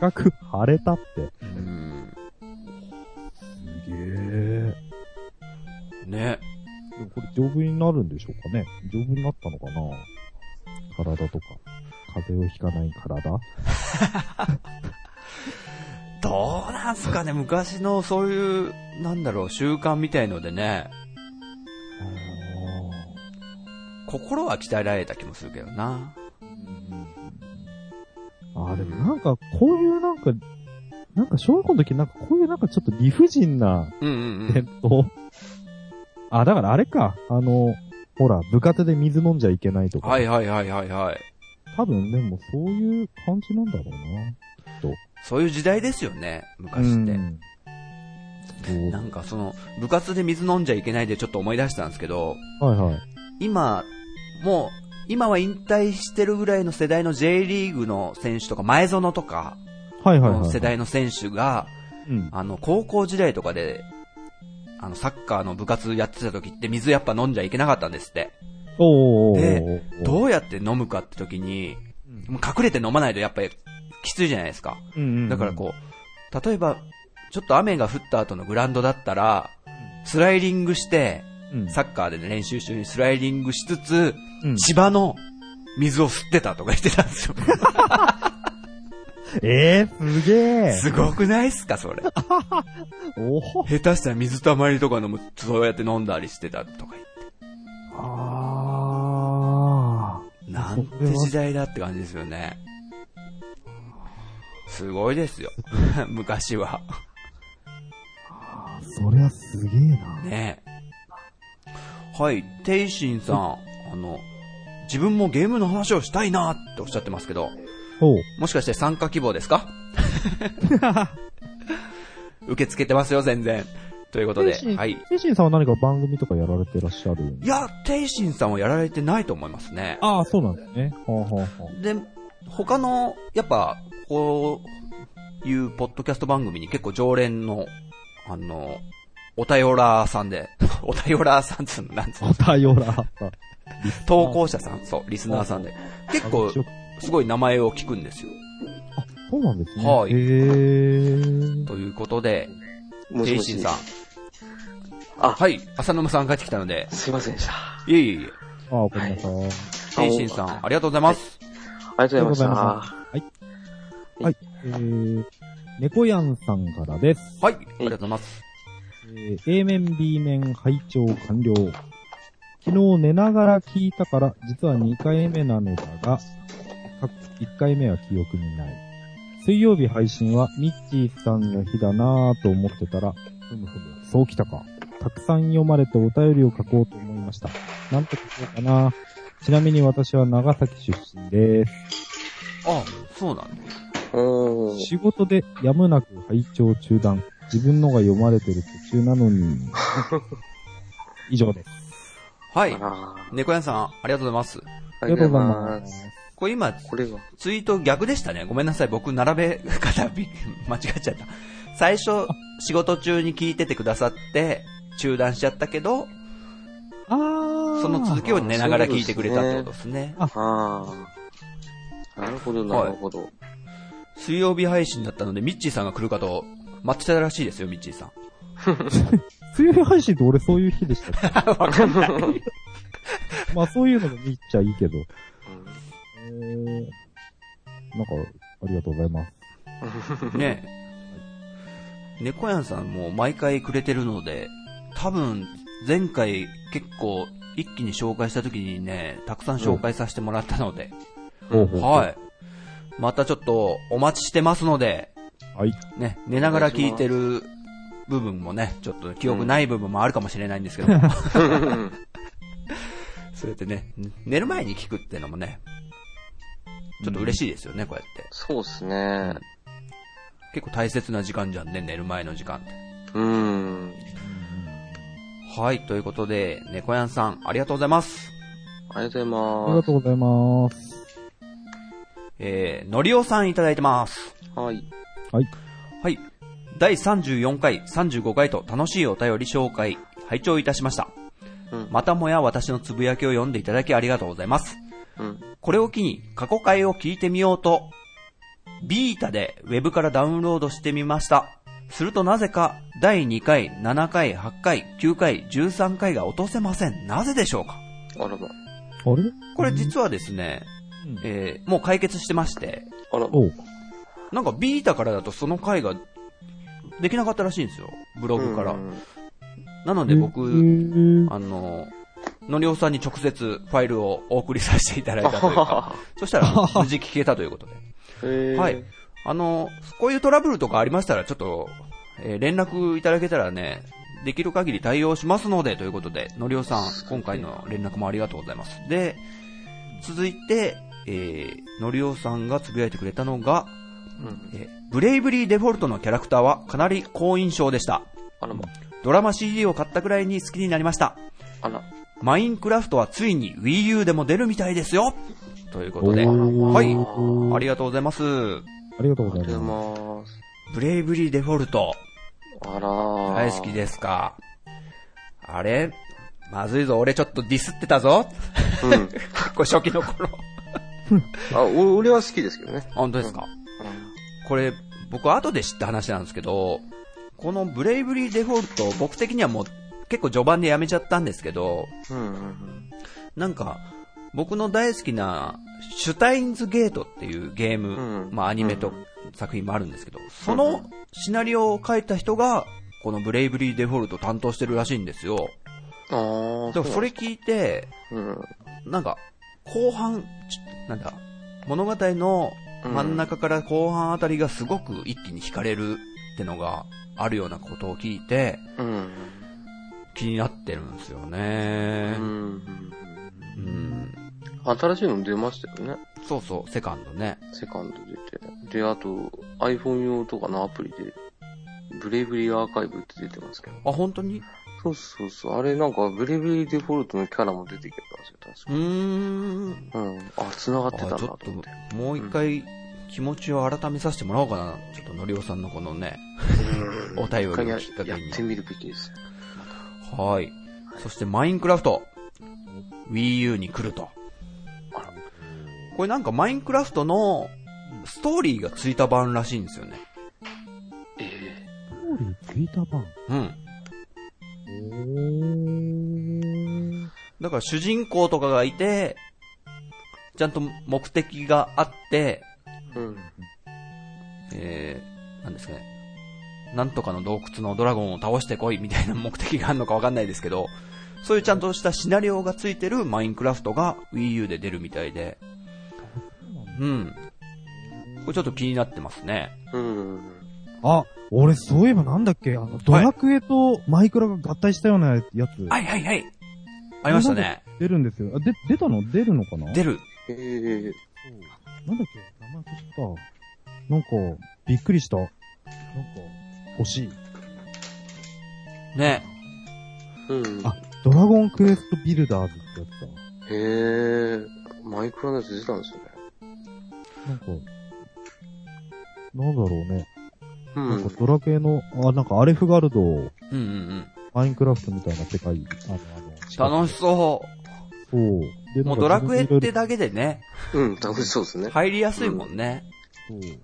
C: 赤く腫れたって。
A: うん。
C: すげえ。
A: ね。
C: でもこれ丈夫になるんでしょうかね丈夫になったのかな体とか。風邪をひかない体
A: どうなんすかね、昔のそういう、なんだろう、習慣みたいのでね、心は鍛えられた気もするけどな。
C: あー、でもなんか、こういうなんか、なんか小学校の時なんかこういうなんかちょっと理不尽な
A: うんうんうん。
C: 伝統。あ、だからあれか。あの、ほら、部活で水飲んじゃいけないとか。
A: はいはいはいはいはい。
C: 多分でもそういう感じなんだろうな。
A: そういう時代ですよね、昔って。
C: うん
A: なんかその、部活で水飲んじゃいけないでちょっと思い出したんですけど、
C: そう。はいはい。
A: 今、もう、今は引退してるぐらいの世代の J リーグの選手とか、前園とか、
C: はいはい、はい。
A: 世代の選手が、
C: うん。
A: あの、高校時代とかで、あの、サッカーの部活やってた時って水やっぱ飲んじゃいけなかったんですって。
C: おーおー
A: で
C: おー
A: どうやって飲むかって時に、
C: うん
A: もう隠れて飲まないとやっぱりきついじゃないですか。
C: うんうんうん
A: だからこう、例えば、ちょっと雨が降った後のグラウンドだったら、スライディングして、
C: うん、
A: サッカーでね、練習中にスライディングしつつ、
C: うん
A: 芝の水を吸ってたとか言ってたんですよ。
C: えー、すげえ。
A: すごくないっすか、それ。
C: おほ
A: 下手したら水たまりとか飲む、そうやって飲んだりしてたとか言って
C: あ
A: なんて時代だって感じですよね。すごいですよ。 [laughs] 昔は。
C: ー。そりゃすげえな。
A: ねはい、ていしんさん、あの、自分もゲームの話をしたいなっておっしゃってますけど、
C: おう。
A: もしかして
B: [laughs]
A: 参加希望ですか受け付けてますよ、全然。ということで
C: 天、心
A: はい。
C: シシンさんは何か番組とかやられてらっしゃるん
A: いや、天心さんはやられてないと思いますね。
C: ああ、そうなんですね。ほうほう
A: [laughs]
C: ほう
A: で、他の、やっぱ、こういうポッドキャスト番組に結構常連の、あの、おたよらさんで、 [laughs] おたよらさんっつうの、なん
B: [laughs]
A: つうの、
C: お便らは。
A: 投稿者さん、そう、リスナーさんで、結構
C: あ、一応
A: すごい名前を聞くんですよ。
C: そうなんですね。
A: はい
C: へー。
A: ということで、
B: もし
A: 天
B: も
A: 心
B: し。
A: さん。
B: あ
A: はい、浅沼さん帰ってきたので、
B: すいませんでした。
A: いえいえいえ、
C: ああ、ごめんなさい。
A: 天心さん、
B: あ
A: ありがとうございます。
B: ありがとうございま
C: あ
B: した。
C: えー、猫やんさんからです。
A: はい、ありがとうございます。
C: えー A 面、B 面、拝聴完了。昨日寝ながら聞いたから、実は2回目なのだが、1回目は記憶にない。水曜日配信はミッチーさんの日だなぁと思ってたら、ふむふむ、そうきたか。たくさん読まれてお便りを書こうと思いました。なんとかこうかなちなみに私は長崎出身です。
A: あ、そうなんだ。
B: うーん。
C: 仕事でやむなく拝聴中断。自分のが読まれてる途中なのに。以上です。
A: はい、
B: あ
A: 猫屋さん、ありがとうございます。
B: あ
C: あ
B: り
C: り
B: がとう
C: がとう
B: ご
C: ご
B: ざいま。
C: ざいますす。
A: これ今、
B: これは。
A: ツイート逆でしたね。ごめんなさい。僕、並べ方、び [laughs] 間違っちゃった。最初、仕事中に聞いててくださって、中断しちゃったけど、
C: あー
A: その続きを寝ながら聞いてくれたってことですね。
B: ああ。なるほど、なるほど。 [laughs]
A: [laughs] 水曜日配信だったので、ミッチーさんが来るかと、待ってたらしいですよ、ミッチーさん。
C: 水曜日配信って俺そういう日でしたっ
A: わかんない。
C: けまあそういうのも見ちゃいいけど。
B: うん
C: えー、なんか、ありがとうございます。
A: ねえ。猫やんさんも毎回くれてるので、多分、前回結構、一気に紹介した時にね、たくさん紹介させてもらったので、
C: ほうほう
A: はい。またちょっと、お待ちしてますので、
C: はい。
A: ね、寝ながら聞いてる部分もね、ちょっと記憶ない部分もあるかもしれないんですけど、 [laughs] そうやってね、寝る前に聞くってのもね、ちょっと嬉しいですよね、こうやって。
B: そうっすね。
A: 結構大切な時間じゃんね、寝る前の時間って。
B: うん。
A: はい、ということで、猫やんさん、ありがとうございます。
B: ありがとうござ
C: あ
B: い
C: り
B: ま
C: が
B: す
C: と。うございます。
A: えー、のりおさんいただいてます。
B: はい。
A: はい。第34回、35回と楽しいお便り紹介、拝聴いたしました。
B: うん
A: またもや私のつぶやきを読んでいただきありがとうございます。
B: うん。
A: これを機に過去回を聞いてみようと、ビータでウェブからダウンロードしてみました。するとなぜか、第2回、7回、8回、9回、13回が落とせません。なぜでしょうか
B: あらま。
C: あれ
A: これ実はですね、
C: うん
A: えーもう解決してまして、
B: あらま。
C: おう。
A: なんかビータからだとその回ができなかったらしいんですよ。ブログから。
B: うん
A: なので僕、
C: えー
A: あの、のりおさんに直接ファイルをお送りさせていただいたというか、そしたら無事聞けたということで。
B: へー
A: はい。あの、こういうトラブルとかありましたら、ちょっと、えー連絡いただけたらね、できる限り対応しますので、ということで、のりおさん、今回の連絡もありがとうございます。で、続いて、えー、のりおさんがつぶやいてくれたのが、
B: うん
A: えーブレイブリーデフォルトのキャラクターはかなり好印象でした。
B: あらま。
A: ドラマ CD を買ったくらいに好きになりました。
B: あら。
A: マインクラフトはついに Wii U でも出るみたいですよということで、
C: おー
A: はい、ありがとうございます。
C: ありがとう
B: あ
C: ご
B: りが
C: ざい
B: とう
C: ま
B: ございます。
A: ブレイブリーデフォルト、
B: あら
A: 大好きですか。あれまずいぞ、俺ちょっとディスってたぞ。 [laughs]
B: す。うん。
A: これ初期の頃。
B: あ、お俺は好きですけどね。
A: 本当ですかこれ、僕後で知った話なんですけど、このブレイブリーデフォルト、僕的にはもう結構序盤でやめちゃったんですけど、
B: うん。うんうん
A: なんか、僕の大好きな、シュタインズゲートっていうゲーム、
B: うん
A: まあアニメ
B: う
A: と
B: ん
A: 作品もあるんですけど、そのシナリオを書いた人が、このブレイブリーデフォルト担当してるらしいんですよ。
B: うん。ああ。
A: でもそれ
B: う
A: 聞いて、
B: なんだ。
A: なんか、後半、ちょなんだ、物語の真ん中から後半あたりがすごく一気に惹かれるってのがあるようなことを聞いて、
B: うん。
A: 気になってるんですよ
B: うん。
A: ね
B: う。ん。
A: うん。
B: 新しいの出ましたよね。
A: そうそう、セカンドね。
B: セカンド出て。で、あと、iPhone 用とかのアプリで、ブレイブリーアーカイブって出てますけど。
A: あ、本当に
B: そうそうそう。あれなんか、ブレイブリーデフォルトのキャラも出てきたんです
A: う
B: よ、
A: ーん。
B: 確かうん。あ、繋がってたんだ
A: あち
B: と
A: ょっ
B: 思って。
A: と、もう一回、気持ちを改めさせてもらおうかな。ちょっとのりおさんのこのね、
B: うん
A: お便りを
B: や
A: きっかけ
B: やっ
A: に。
B: てみるべきです。
A: はい。そして、マインクラフト。Wii U に来ると。これなんか、マインクラフトの、ストーリーがついた版らしいんですよね。
B: ええ
C: ストーリーついた版。
A: うん。
C: おー。
A: だから主人公とかがいて、ちゃんと目的があって、
B: うん。
A: えー、なんですかね。なんとかの洞窟のドラゴンを倒してこいみたいな目的があるのかわかんないですけど、そういうちゃんとしたシナリオがついてるマインクラフトが Wii U で出るみたいで、うん。これちょっと気になってますね。
B: うん。
C: あ、俺そういえばなんだっけ、あの、ドラクエとマイクラが合体したようなやつ。
A: はいはいはいありましたね。
C: 出るんですよ。あ、で、出たの出るのかな
A: 出る。
B: ええ
C: なんだっけ名前忘れた。なんか、びっくりした。なんか、欲しい。
A: ね。
B: うん。
C: あドラゴンクエストビルダーズってやつ
B: へえ。マイクラのやつ出たんですね。
C: だ。なんか、なんだろうね。
B: う
C: なん
B: ん
C: か。ドラ系の、あ、なんかアレフガルドを、
A: うんうん
C: マインクラフトみたいな世界、あの、あの、
A: うん。楽しそ
C: そう。で
A: う。もうドラクエって
C: だ
A: だけでね、
B: うん、楽しそうですね。
A: 入りやすいもんね。
C: そう。で、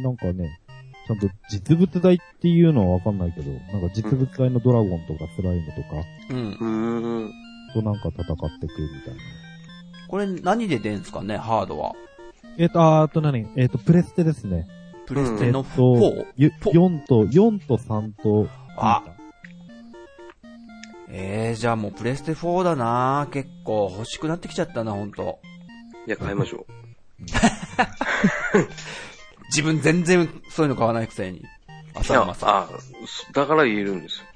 C: なんかね、ちゃんと実物大っていうのはわかんないけど、なんか実物大のドラゴンとかスライムとか、
A: うん
B: う。ーん。
C: となんか戦ってくみたいな。
A: これ何で出んすかね、ハードは。
C: えっ、と、あーあと何えっ、と、プレステですね。
A: プレス
C: え
A: テ
C: っ、
A: の
C: と、
A: 4。
C: ゆ
A: フォー
C: 4と、4と3と、
A: あ、えー、じゃあもうプレステ4だな結構欲しくなってきちゃったな、ほんと。
B: いや、買いましょ
A: 自分全然そういうの買わないくせに。
B: う。い
A: 浅
B: や、
A: 山さん。
B: あ、そだから言えるんですよ。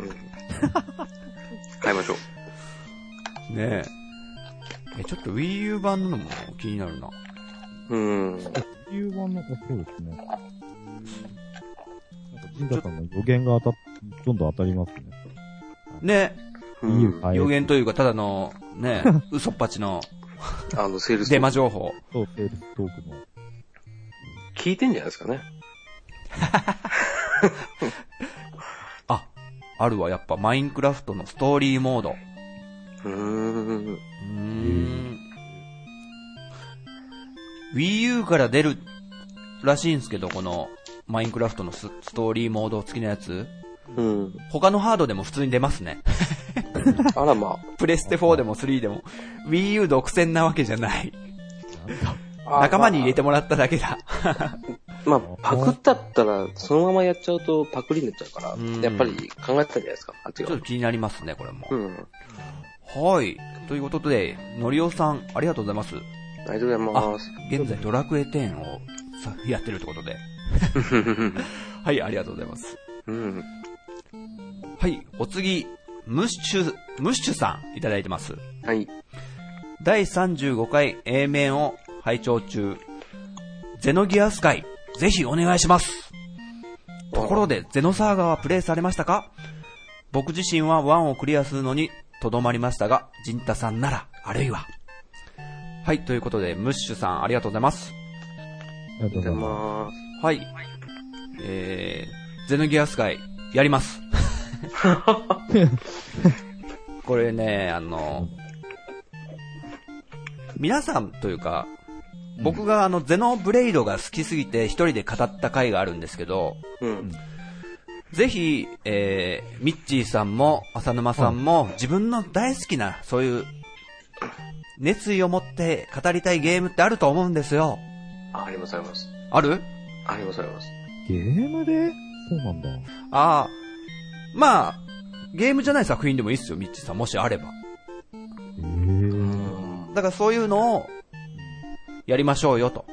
B: うん買いましょう。
A: ねえ。え、ちょっと Wii U 版なのも気になるな。
B: うん。
C: っていう版の、あそうですね。なんか、神田さんの予言が当たっ、どんどん当たりますね。
A: ね
B: うん
C: いいよはい
A: 予言というか、ただの、ね [laughs] 嘘っぱちの
B: あの、セールスト
A: デ
B: ー
A: マ
B: ク
A: 情報。
C: そう、セールストークの。
B: 聞いてんじゃないですかね。
A: あ、あるわ、やっぱマインクラフトのストーリーモード。
B: うーん。
A: うーん Wii U から出るらしいんですけど、このマインクラフトのスストーリーモード付きのやつ。
B: うん。
A: 他のハードでも普通に出ますね。 [laughs]
B: あらま
A: プレステ4でも3でも。Wii U 独占なわけじゃない。
B: あ。
A: 仲間に入れて
B: も。
A: もらっただけだ。
B: まあ、パクったったら、そのままやっちゃうとパクリになっちゃうから
A: うん、
B: やっぱり考えてたんじゃないですか。あっち
A: ちょっと
B: が。
A: 気になりますね、これも
B: う。ん。
A: はい。ということで、のりおさん、ありがとうございます。
B: ありがとうございます。
A: 現在、ドラクエ10をさやってるってことで。はい、ありがとうございます。
B: うん。
A: はい、お次、ムッシュ、ムッシュさん、いただいてます。
B: はい。
A: 第35回 A 面を拝聴中。ゼノギアス会、ぜひお願いします。ところで、ゼノサーガはプレイされましたか僕自身は1をクリアするのにとどまりましたが、ジンタさんなら、あるいは。はい、ということで、ムッシュさん、ありがとうございます。
C: ありがと
B: お
C: うござ
B: ざ
C: い
B: い
C: ま
B: ます。
A: はい。えー、ゼノギアス会、やり [laughs] ます。これね、あの、皆さんというか、僕があの、ゼノブレイドが好きすぎて一人で語った回があるんですけど、
B: うん。
A: ぜひ、えー、ミッチーさんも、浅沼さんも、自分の大好きな、そういう、熱意を持って語りたいゲームってあると思うんですよ。
B: あありがとうございます。
A: ある
B: ありがとうございます。
C: す。ゲームでそうなんだ。
A: ああ、まあ、ゲームじゃない作品でもいいっすよ、ミッチーさん、もしあれば。
C: えー。
B: うん
A: だからそういうのを、やりましょうよと。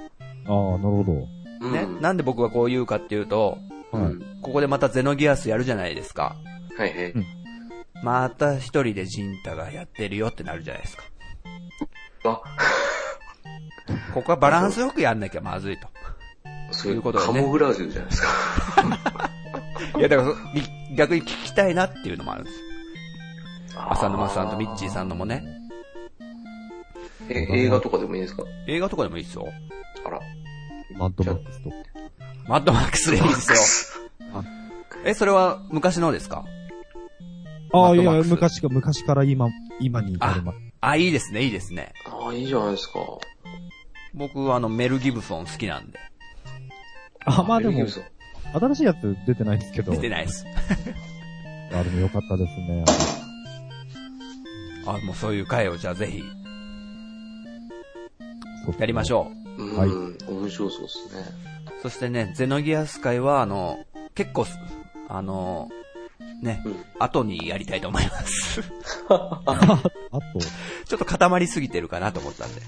C: ああ、なるほど。
A: ね。なんで僕がこう言うかっていうと、
B: う
C: はい。
B: ん。
A: ここでまたゼノギアスやるじゃないですか。
B: はいはい。
A: また一人でジンタがやってるよってなるじゃないですか。
B: あ、
A: ここはバランスよくやんなきゃまずいと。
B: そそ
A: いうことだね
B: カモフラージュじゃないですか。
A: いや、だからそ、ぎ逆に聞きたいなっていうのもあるんですよ。浅沼さんとミッチーさんのもね。
B: え、映画とかでもいいんですか
A: 映画とかでもいいですよ。
B: あら。
C: マッドマックスと。
A: マッドマックスでいいですよ。え、それは昔のですか
C: ああ、い
A: マッドマッ
C: や、
A: クス
C: 昔か、昔から今、今に至るまで。
A: あ、いいですね、いいですね。
B: ああ、いいじゃないですか。
A: 僕、あの、メル・ギブソン好きなんで。
C: あ、まあで
B: メ
C: も
B: ルギ、ブソン
C: 新しいやつ出てないですけど。
A: 出てないです。
C: あ、でもよかったですね。
A: あ、もうそういう回をじゃあぜひ、
C: そう
A: やりましょ
B: うん、
C: はい
B: 面白そうですね。
A: う。そしてね、ゼノギアス会は、あの、結構す、あの、ね、
B: うん
A: 後にやりたいと思います。 [laughs]
C: あと、
A: ちょっと固まりすぎてるかなと思ったんで。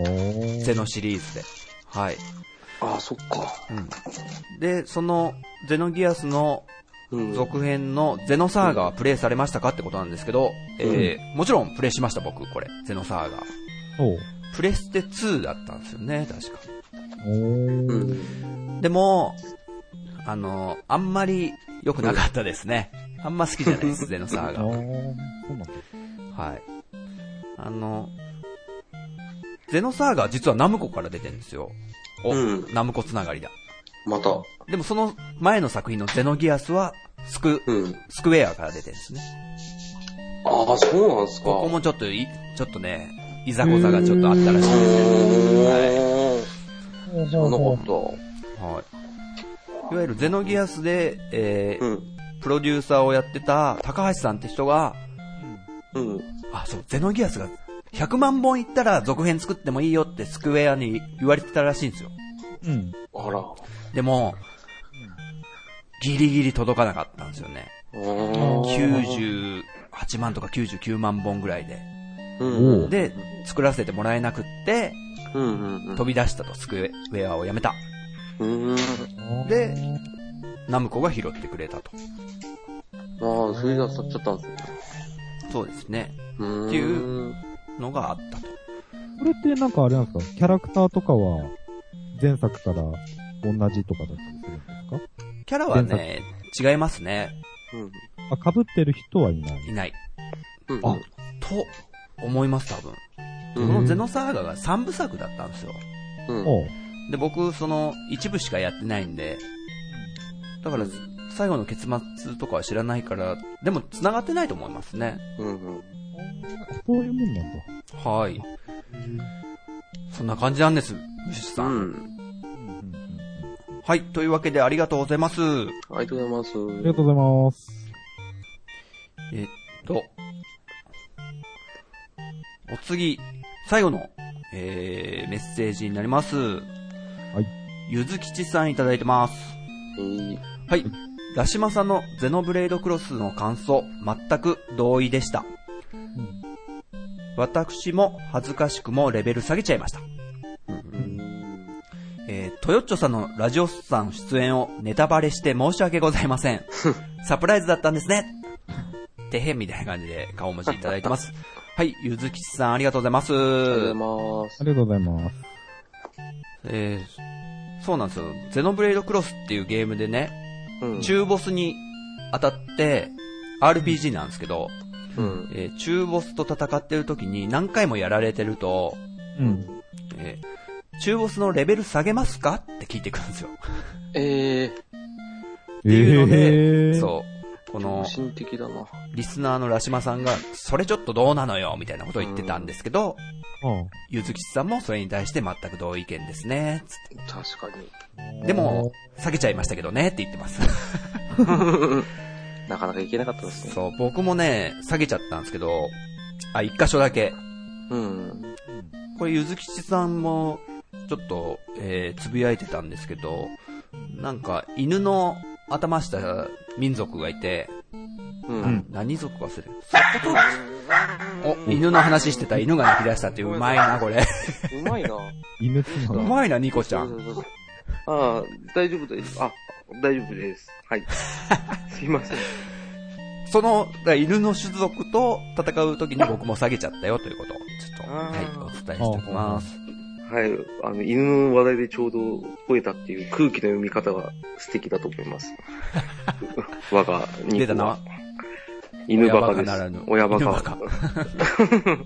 C: おー
A: ゼノシリーズで。はい。
B: ああ、そっか。
A: うん。で、その、ゼノギアスの
B: うん。
A: 続編のゼノサーガはプレイされましたかってことなんですけど、えー、もちろんプレイしました僕、これ。ゼノサーガ。
C: おう
A: プレステ2だったんですよね、確か。
C: お
B: う
C: ー
B: ん。
A: でも、あの、あんまり良くなかったですね。あんま好きじゃない
B: [laughs]
A: です、ゼノサー
C: あー
A: ガ。
C: そう
A: は
C: なんだ。
A: い。あの、ゼノサーガは実はナムコから出てるんですよ。お、
B: うん
A: ナムコつながりだ。
B: また。
A: でもその前の作品のゼノギアスは、スク、
B: うん。
A: スクエアから出てるんですね。
B: ああ、そうなんですか。
A: ここもちょっとい、ちょっとね、いざこざがちょっとあったらしいですね。
B: おー。
C: 知
B: そんなこ
A: はい。いわゆるゼノギアスで、え
B: と。
A: ー
B: うん。
A: プロデューサーをやってた高橋さんって人が、
B: うん。
A: あ、そう、ゼノギアスが100万本いったら続編作ってもいいよってスクエアに言われてたらしいんですよ。
C: うん。
B: あら。
A: でも、ギリギリ届かなかったんですよね。
B: おー。
A: 98万とか99万本ぐらいで。
B: うん。うん
A: で、作らせてもらえなくって、
B: うんうん。
A: 飛び出したと、スクエアをやめた。
B: うん。
A: で、ナムコが拾ってくれたと。
B: ああ、それが当たっちゃったんですね。
A: そうですね。
B: うん。
A: っていう。のがあったと。
C: これってなんかあれなんですかキャラクターとかは、前作から同じとかだったりするんですか
A: キャラはね、違いますね。
B: うん。
C: あ、被ってる人はいない。
A: いない。
B: うん。
A: あと、思います、多分。
B: う
A: こ
B: ん
A: のゼノサーガが3部作だったんですよ。
B: うん。
C: おう
A: で、僕、その、一部しかやってないんで、だから、最後の結末とかは知らないから、でも、繋がってないと思いますね。
B: うんうん。
C: そういうもんなんだ。
A: はい。そんな感じなんです、むしさん,、
B: うん。
A: はい、というわけでありがとうございます。
B: ありがとうござい
C: あ
B: ま
C: り
B: す
C: が。とうございます。。
A: えっと、お次、最後の、えー、メッセージになります。はいゆずきちさんいただいてます。
B: えー
A: はい。ラシマさんのゼノブレードクロスの感想、全く同意でした。
C: ん
A: 私も恥ずかしくもレベル下げちゃいました。
B: うん
A: えー、トヨッチョさんのラジオさん出演をネタバレして申し訳ございま
B: [laughs]
A: せん。サプライズだったんですね。てへんみたいな感じで顔文字いただいて
B: [laughs]
A: ます。はい、ゆずきちさんありがとうございます。
B: ありがとうございます
C: あ。りがとうございます。
A: えー、そうなんですよ。ゼノブレードクロスっていうゲームでね、
B: うん。
A: 中ボスに当たって、RPG なんですけど、
B: うん。
A: えー中ボスと戦ってる時に何回もやられてると、
C: うん。
A: えー中ボスのレベル下げますかって聞いてくるんですよ。
B: ええ。
A: ていうの
C: えー、
A: そう。この
B: 良、心的だな。
A: リスナーのラシマさんが、それちょっとどうなのよみたいなことを言ってたんですけど、
C: うん。
A: ゆずきちさんもそれに対して全く同意見ですね。つっ
B: 確かに。
A: てでも、下げちゃいましたけどねって言ってます。 [laughs]
B: なかなかいけなかったですね。
A: そう、僕もね、下げちゃったんですけど、あ、一箇所だけ。
B: うん。
A: これ、ゆずきちさんも、ちょっと、えー、つぶやいてたんですけど、なんか、犬の頭した民族がいて、
B: うん。
A: 何族忘れる。お、犬の話してた犬が泣き出したっていう、うまいな、これ。
B: うまいな。
C: 犬つな
A: う
C: がり。
A: まいな、ニコちゃん。
B: ん。ああ、大丈夫です。あ、大丈夫です。
A: [laughs]
B: はい。すいません。
A: その、だから犬の種族と戦う時に僕も下げちゃったよということを、ちょっと、
B: あ
A: は
B: ー
A: い、お伝えしておきます。
B: はい。あの、犬の話題でちょうど吠えたっていう空気の読み方が素敵だと思い
A: [laughs]
B: ます。我が日本
A: 出たな。
B: 犬バカです。
A: 親バカな
B: 親
A: ら
B: バ
A: ぬ
B: カ。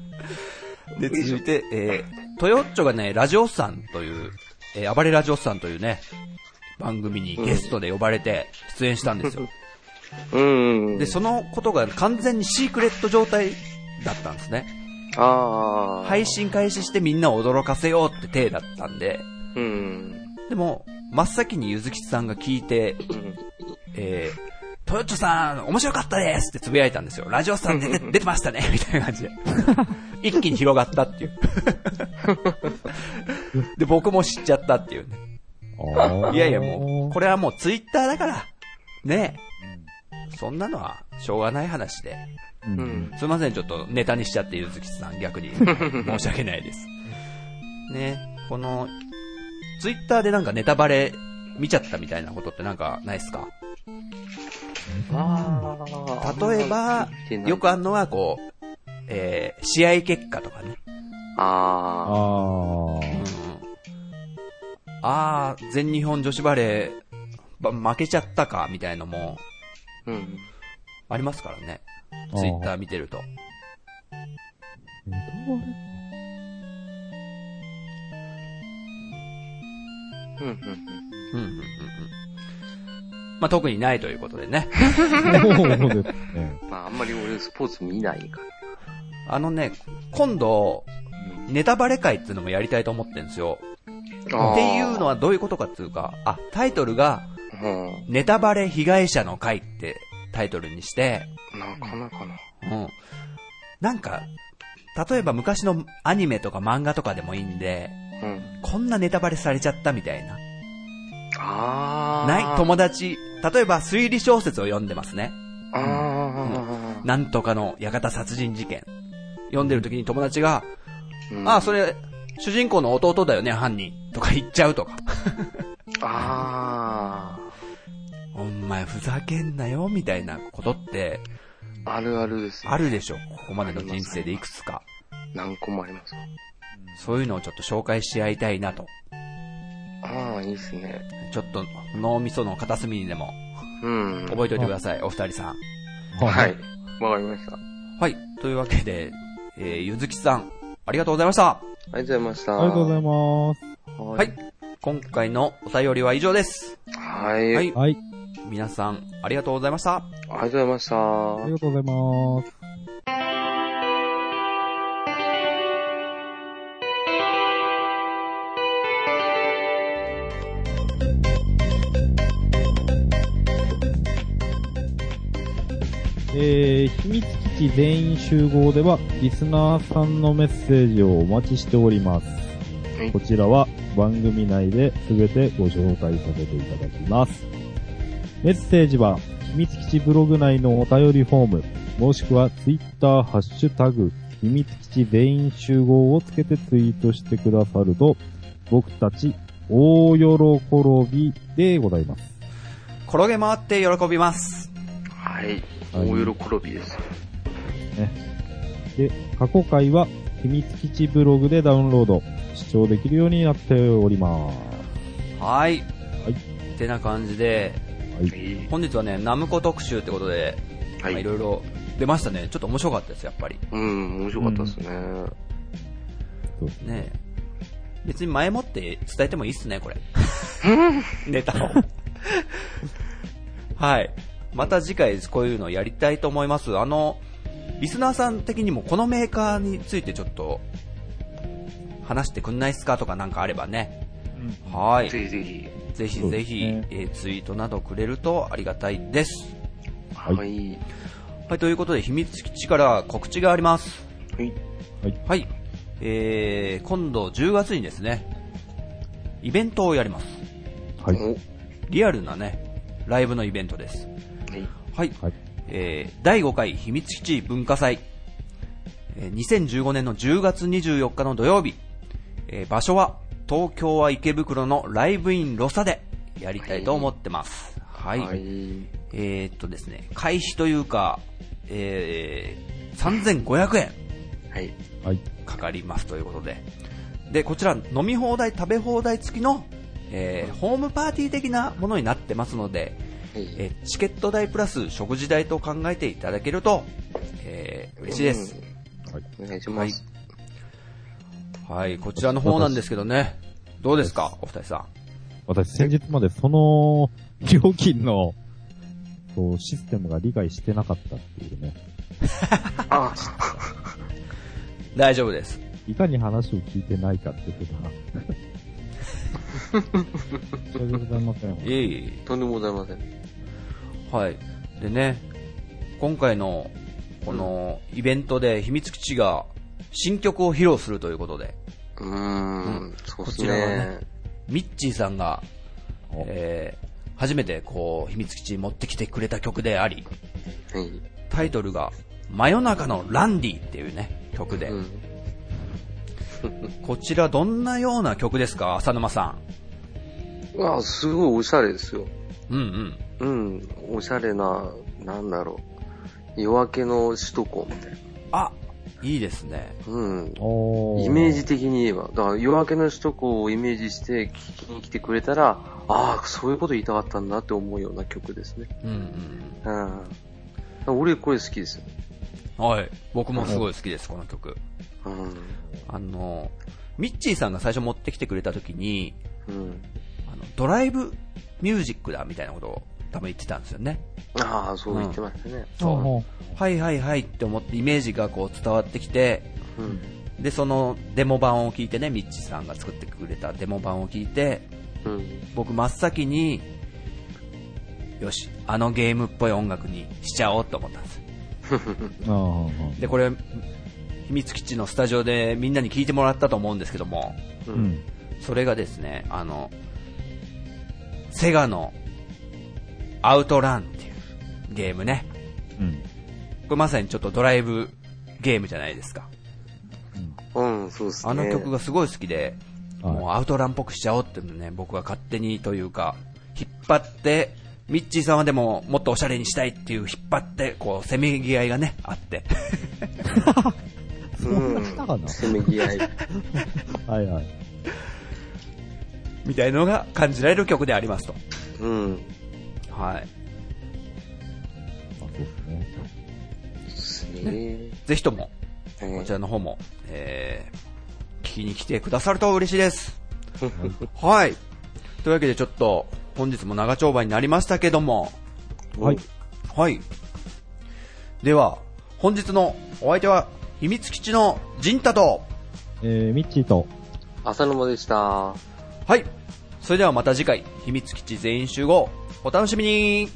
A: で、続いて、えー、トヨッチョがね、ラジオさんという、えー、暴れラジオさんというね、番組にゲストで呼ばれて出演したんですよ。
B: うんうん。
A: で、そのことが完全にシークレット状態だったんですね。
B: ああ。
A: 配。信開始してみんなを驚かせようって体だったんで、
B: うん。
A: でも、真っ先にゆずきちさんが聞いて、
B: うん
A: えー、トヨッチョさん、面白かったですってつぶやいたんですよ。ラジオさん出て出てましたねみたいな感じで。一気に広がったっていう。で、僕も知っちゃったっていうね。
C: あー
A: [laughs] いやいやもう、これはもうツイッターだから、ねえ。そんなのは、しょうがない話で。
C: うん
B: うん。
A: すいません、ちょっとネタにしちゃって、ゆずきさん、逆に。申し訳ないです。ねこの、ツイッターでなんかネタバレ見ちゃったみたいなことってなんかないですか
B: ああ。
A: 例えば、よくあんのはこう、えー、試合結果とかね。
B: あ
A: う
C: あ
A: ん
C: ー。
A: あー、全日本女子バレー、ば負けちゃったか、みたいのも、
B: あ。うん。
A: ありますからね。ツイッター見てると。
C: ネタバレ
B: うんう
A: う
B: ん
A: んうんうんうん。まあ、特にないということでね。
C: [laughs] そうですね。
B: うん。まあ、あんまり俺スポーツ見ないから。
A: あのね、今度、ネタバレ会っていうのもやりたいと思ってるんですよ。っていうの
B: は、
A: はどういうことかっていうか、あ、タイトルが、
B: う
A: ネタバレ被害者の会ってタイトルにして、
B: ん。なかなかな。
A: うん。なんか、例えば昔のアニメとか漫画とかでもいいんで、
B: うん。
A: こんなネタバレされちゃったみたいな。
B: ああ。
A: ない友達、例えば推理小説を読んでますね。
B: ああ。
A: なんとかの館殺人事件。読んでる時に友達が、
B: うん
A: あ、それ、主人公の弟だよね、犯人。とか言っちゃうとか。
B: あ
A: お前ふざけんなよ、みたいなことって、
B: あ。あるあるです。
A: あるでしょ。ここまでの人生でいくつか。
B: 何個もあります。
A: そういうのをちょっと紹介し合いたいなと。
B: ああ、いいっすね。
A: ちょっと脳みその片隅にでも
B: うん。
A: 覚えておいてください、お二人さん。
B: はい。。わかりました。あ
A: はい。というわけで、えー、ゆずきさん、ありがとうございました。
B: りがとうございました。
C: ありがとうござい
B: ま。
C: ます
A: は。
B: はい
A: 今回のお便りは以上です。
B: い。
A: は
B: はい。
A: い
C: す。。はい。
A: 皆さん、ありがとうございました。
B: ありがとうございました。
C: ありがとうございます。えー、秘密基地全員集合では、リスナーさんのメッセージをお待ちしております。
B: い
C: こちらは番組内で全てご紹介させていただきます。メッセージは、秘密基地ブログ内のお便りフォーム、もしくはツイッターハッシュタグ、秘密基地全員集合をつけてツイートしてくださると、僕たち、大喜びでございます。
A: 転げ回って喜びます。
B: はい。大喜びです。
C: で、過去回は、秘密基地ブログでダウンロード、視聴できるようになっております。
A: はい。
C: はい
A: てな感じで、
B: はい。
A: 本日はね、ナムコ特集ってことで、
B: は
A: まあい
B: い。
A: ろいろ出ましたね。ちょっと面白かったです、やっぱり。
B: うん、面白かったですね。
A: ねえ別に前もって伝えてもいいっすね、これ。ネタを。はい。また次回こういうのやりたいと思います。あの、リスナーさん的にもこのメーカーについてちょっと、話してくんないっすかとかなんかあればね。はい。
B: ぜひぜひ。
A: ぜひ
C: そう
A: ぜ
C: です
A: ひ、
C: ね
A: えーツイートなどくれるとありがたいです。
B: はい。はい。
A: はい、ということで、秘密基地から告知があります。はい。えー、今度10月にですね、イベントをやります。
C: はい。
B: お
A: リアルなね、ライブのイベントです。
B: はい。
A: はい。
C: はい。
A: えー、第5回秘密基地文化祭。えー2015年の10月24日の土曜日。えー場所は、東京は池袋のライブインロサでやりたいと思ってます。はい。
B: はい。
A: えー、っとですね、開始というか、えー、3500円。
B: はい。
C: はい。
A: かかりますということで、で、こちら飲み放題、食べ放題付きの、えーホームパーティー的なものになってますので、
B: え
A: えーチケット代プラス食事代と考えていただけると、えー嬉しいです。。
C: はい。
B: お願いします。
A: はい、こちらの方なんですけどね。どうですか、お二人さん。
C: 私、先日までその、料金の、そう、システムが理解してなかったっていうね。
B: あ、
A: 大丈夫です。
C: いかに話を聞いてないかってことな。申し訳ございません。
A: いえい
B: とんでもございません。
A: え。はい。でね、今回の、この、イベントで秘密基地が新曲を披露するということで、
B: うーん、そうです
A: こちらは
B: ね
A: ね。ミッチーさんが、
C: お
A: えー初めてこう、秘密基地に持ってきてくれた曲であり、
B: はい。
A: タイトルが、真夜中のランディっていうね、曲で。
B: うん
A: こちらどんなような曲ですか、浅沼さ
B: うわ、すごいおしゃれですよ。
A: ん。うんうん。
B: うん、おしゃれな、なんだろう。夜明けの首都高みたいな。
A: あ、いいですね。
B: うん。
C: お
B: イメージ的に言えば、だから夜明けの首都高をイメージして聴きに来てくれたら、ああ、そういうこと言いたかったんだって思うような曲ですね。
A: うんうん。
B: うん。俺これ好きですよ。
A: はい。僕もすごい好きです、この曲。
B: うん。
A: あの、ミッチーさんが最初持ってきてくれた時に、
B: うん。
A: あの、ドライブミュージックだみたいなことを多分言ってたんですよね。
B: ああ、そう言ってましたね。
C: そ
A: はいはいはいって思ってイメージがこう伝わってきて、
B: うん。
A: で、そのデモ版を聞いてね、ミッチーさんが作ってくれたデモ版を聞いて、
B: うん。
A: 僕真っ先に、よし、あのゲームっぽい音楽にしちゃおうと思ったんです。
C: う。ああ。
A: で、これ、秘密基地のスタジオでみんなに聞いてもらったと思うんですけども、
B: う。
C: うんん。
A: それがですね、あの、セガのアウトランっていうゲームね。
C: うん。
A: これまさにちょっとドライブゲームじゃないですか。
B: うん、そうですね。
A: あの曲がすごい好きで、
C: はい
A: もうアウトランっぽくしちゃおうっていうのね、僕が勝手にというか、引っ張って、ミッチーさんはでももっとおしゃれにしたいっていう引っ張って、こう、せめぎ合いがね、あって。 [laughs]
C: そんな方かな
B: せめぎ合い。
C: はいはい。
A: みたいのが感じられる曲でありますと。
B: うん。
A: はい。
C: あ、そうですね。
B: すね
A: ぜひとも、
B: え
A: こちらの方も、えー、聞きに来てくださると嬉しいです。はい。というわけでちょっと、本日も長丁場になりましたけども、
C: はい。
A: はい。では、本日のお相手は、秘密基地の陣太と、
C: えー、ミッチーと、
B: 浅沼でした。
A: はい。それではまた次回、秘密基地全員集合、お楽しみに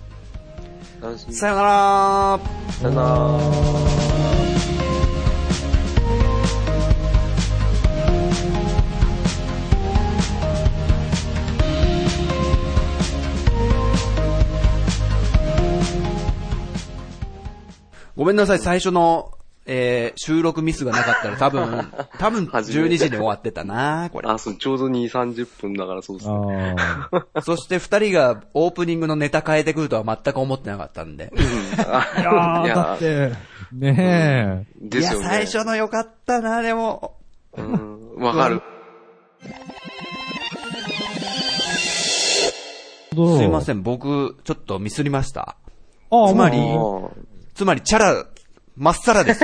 B: 楽しみに
A: さよなら
B: さよなら。
A: ごめんなさい、最初の、えー、収録ミスがなかったら多
B: [laughs]
A: 分、多分
B: 初め
A: 12
B: て
A: 時に終わってたなこれ。
B: あ、そう、ちょうど2、30分だからそうですね。
C: ああ、
A: そして二人がオープニングのネタ変えてくるとは全く思ってなかったんで。
C: いやー、だっ
B: [laughs] いや
C: て、ねえ、
A: い
B: で
A: や、
B: すよね。
A: 最初の良かったなでも。
B: うん。わかる。
A: すいませ
C: ん。
A: ん、僕、ちょっとミスりました。
C: あ
A: つまり
B: あー
A: つまり、チャラ、まっさらです。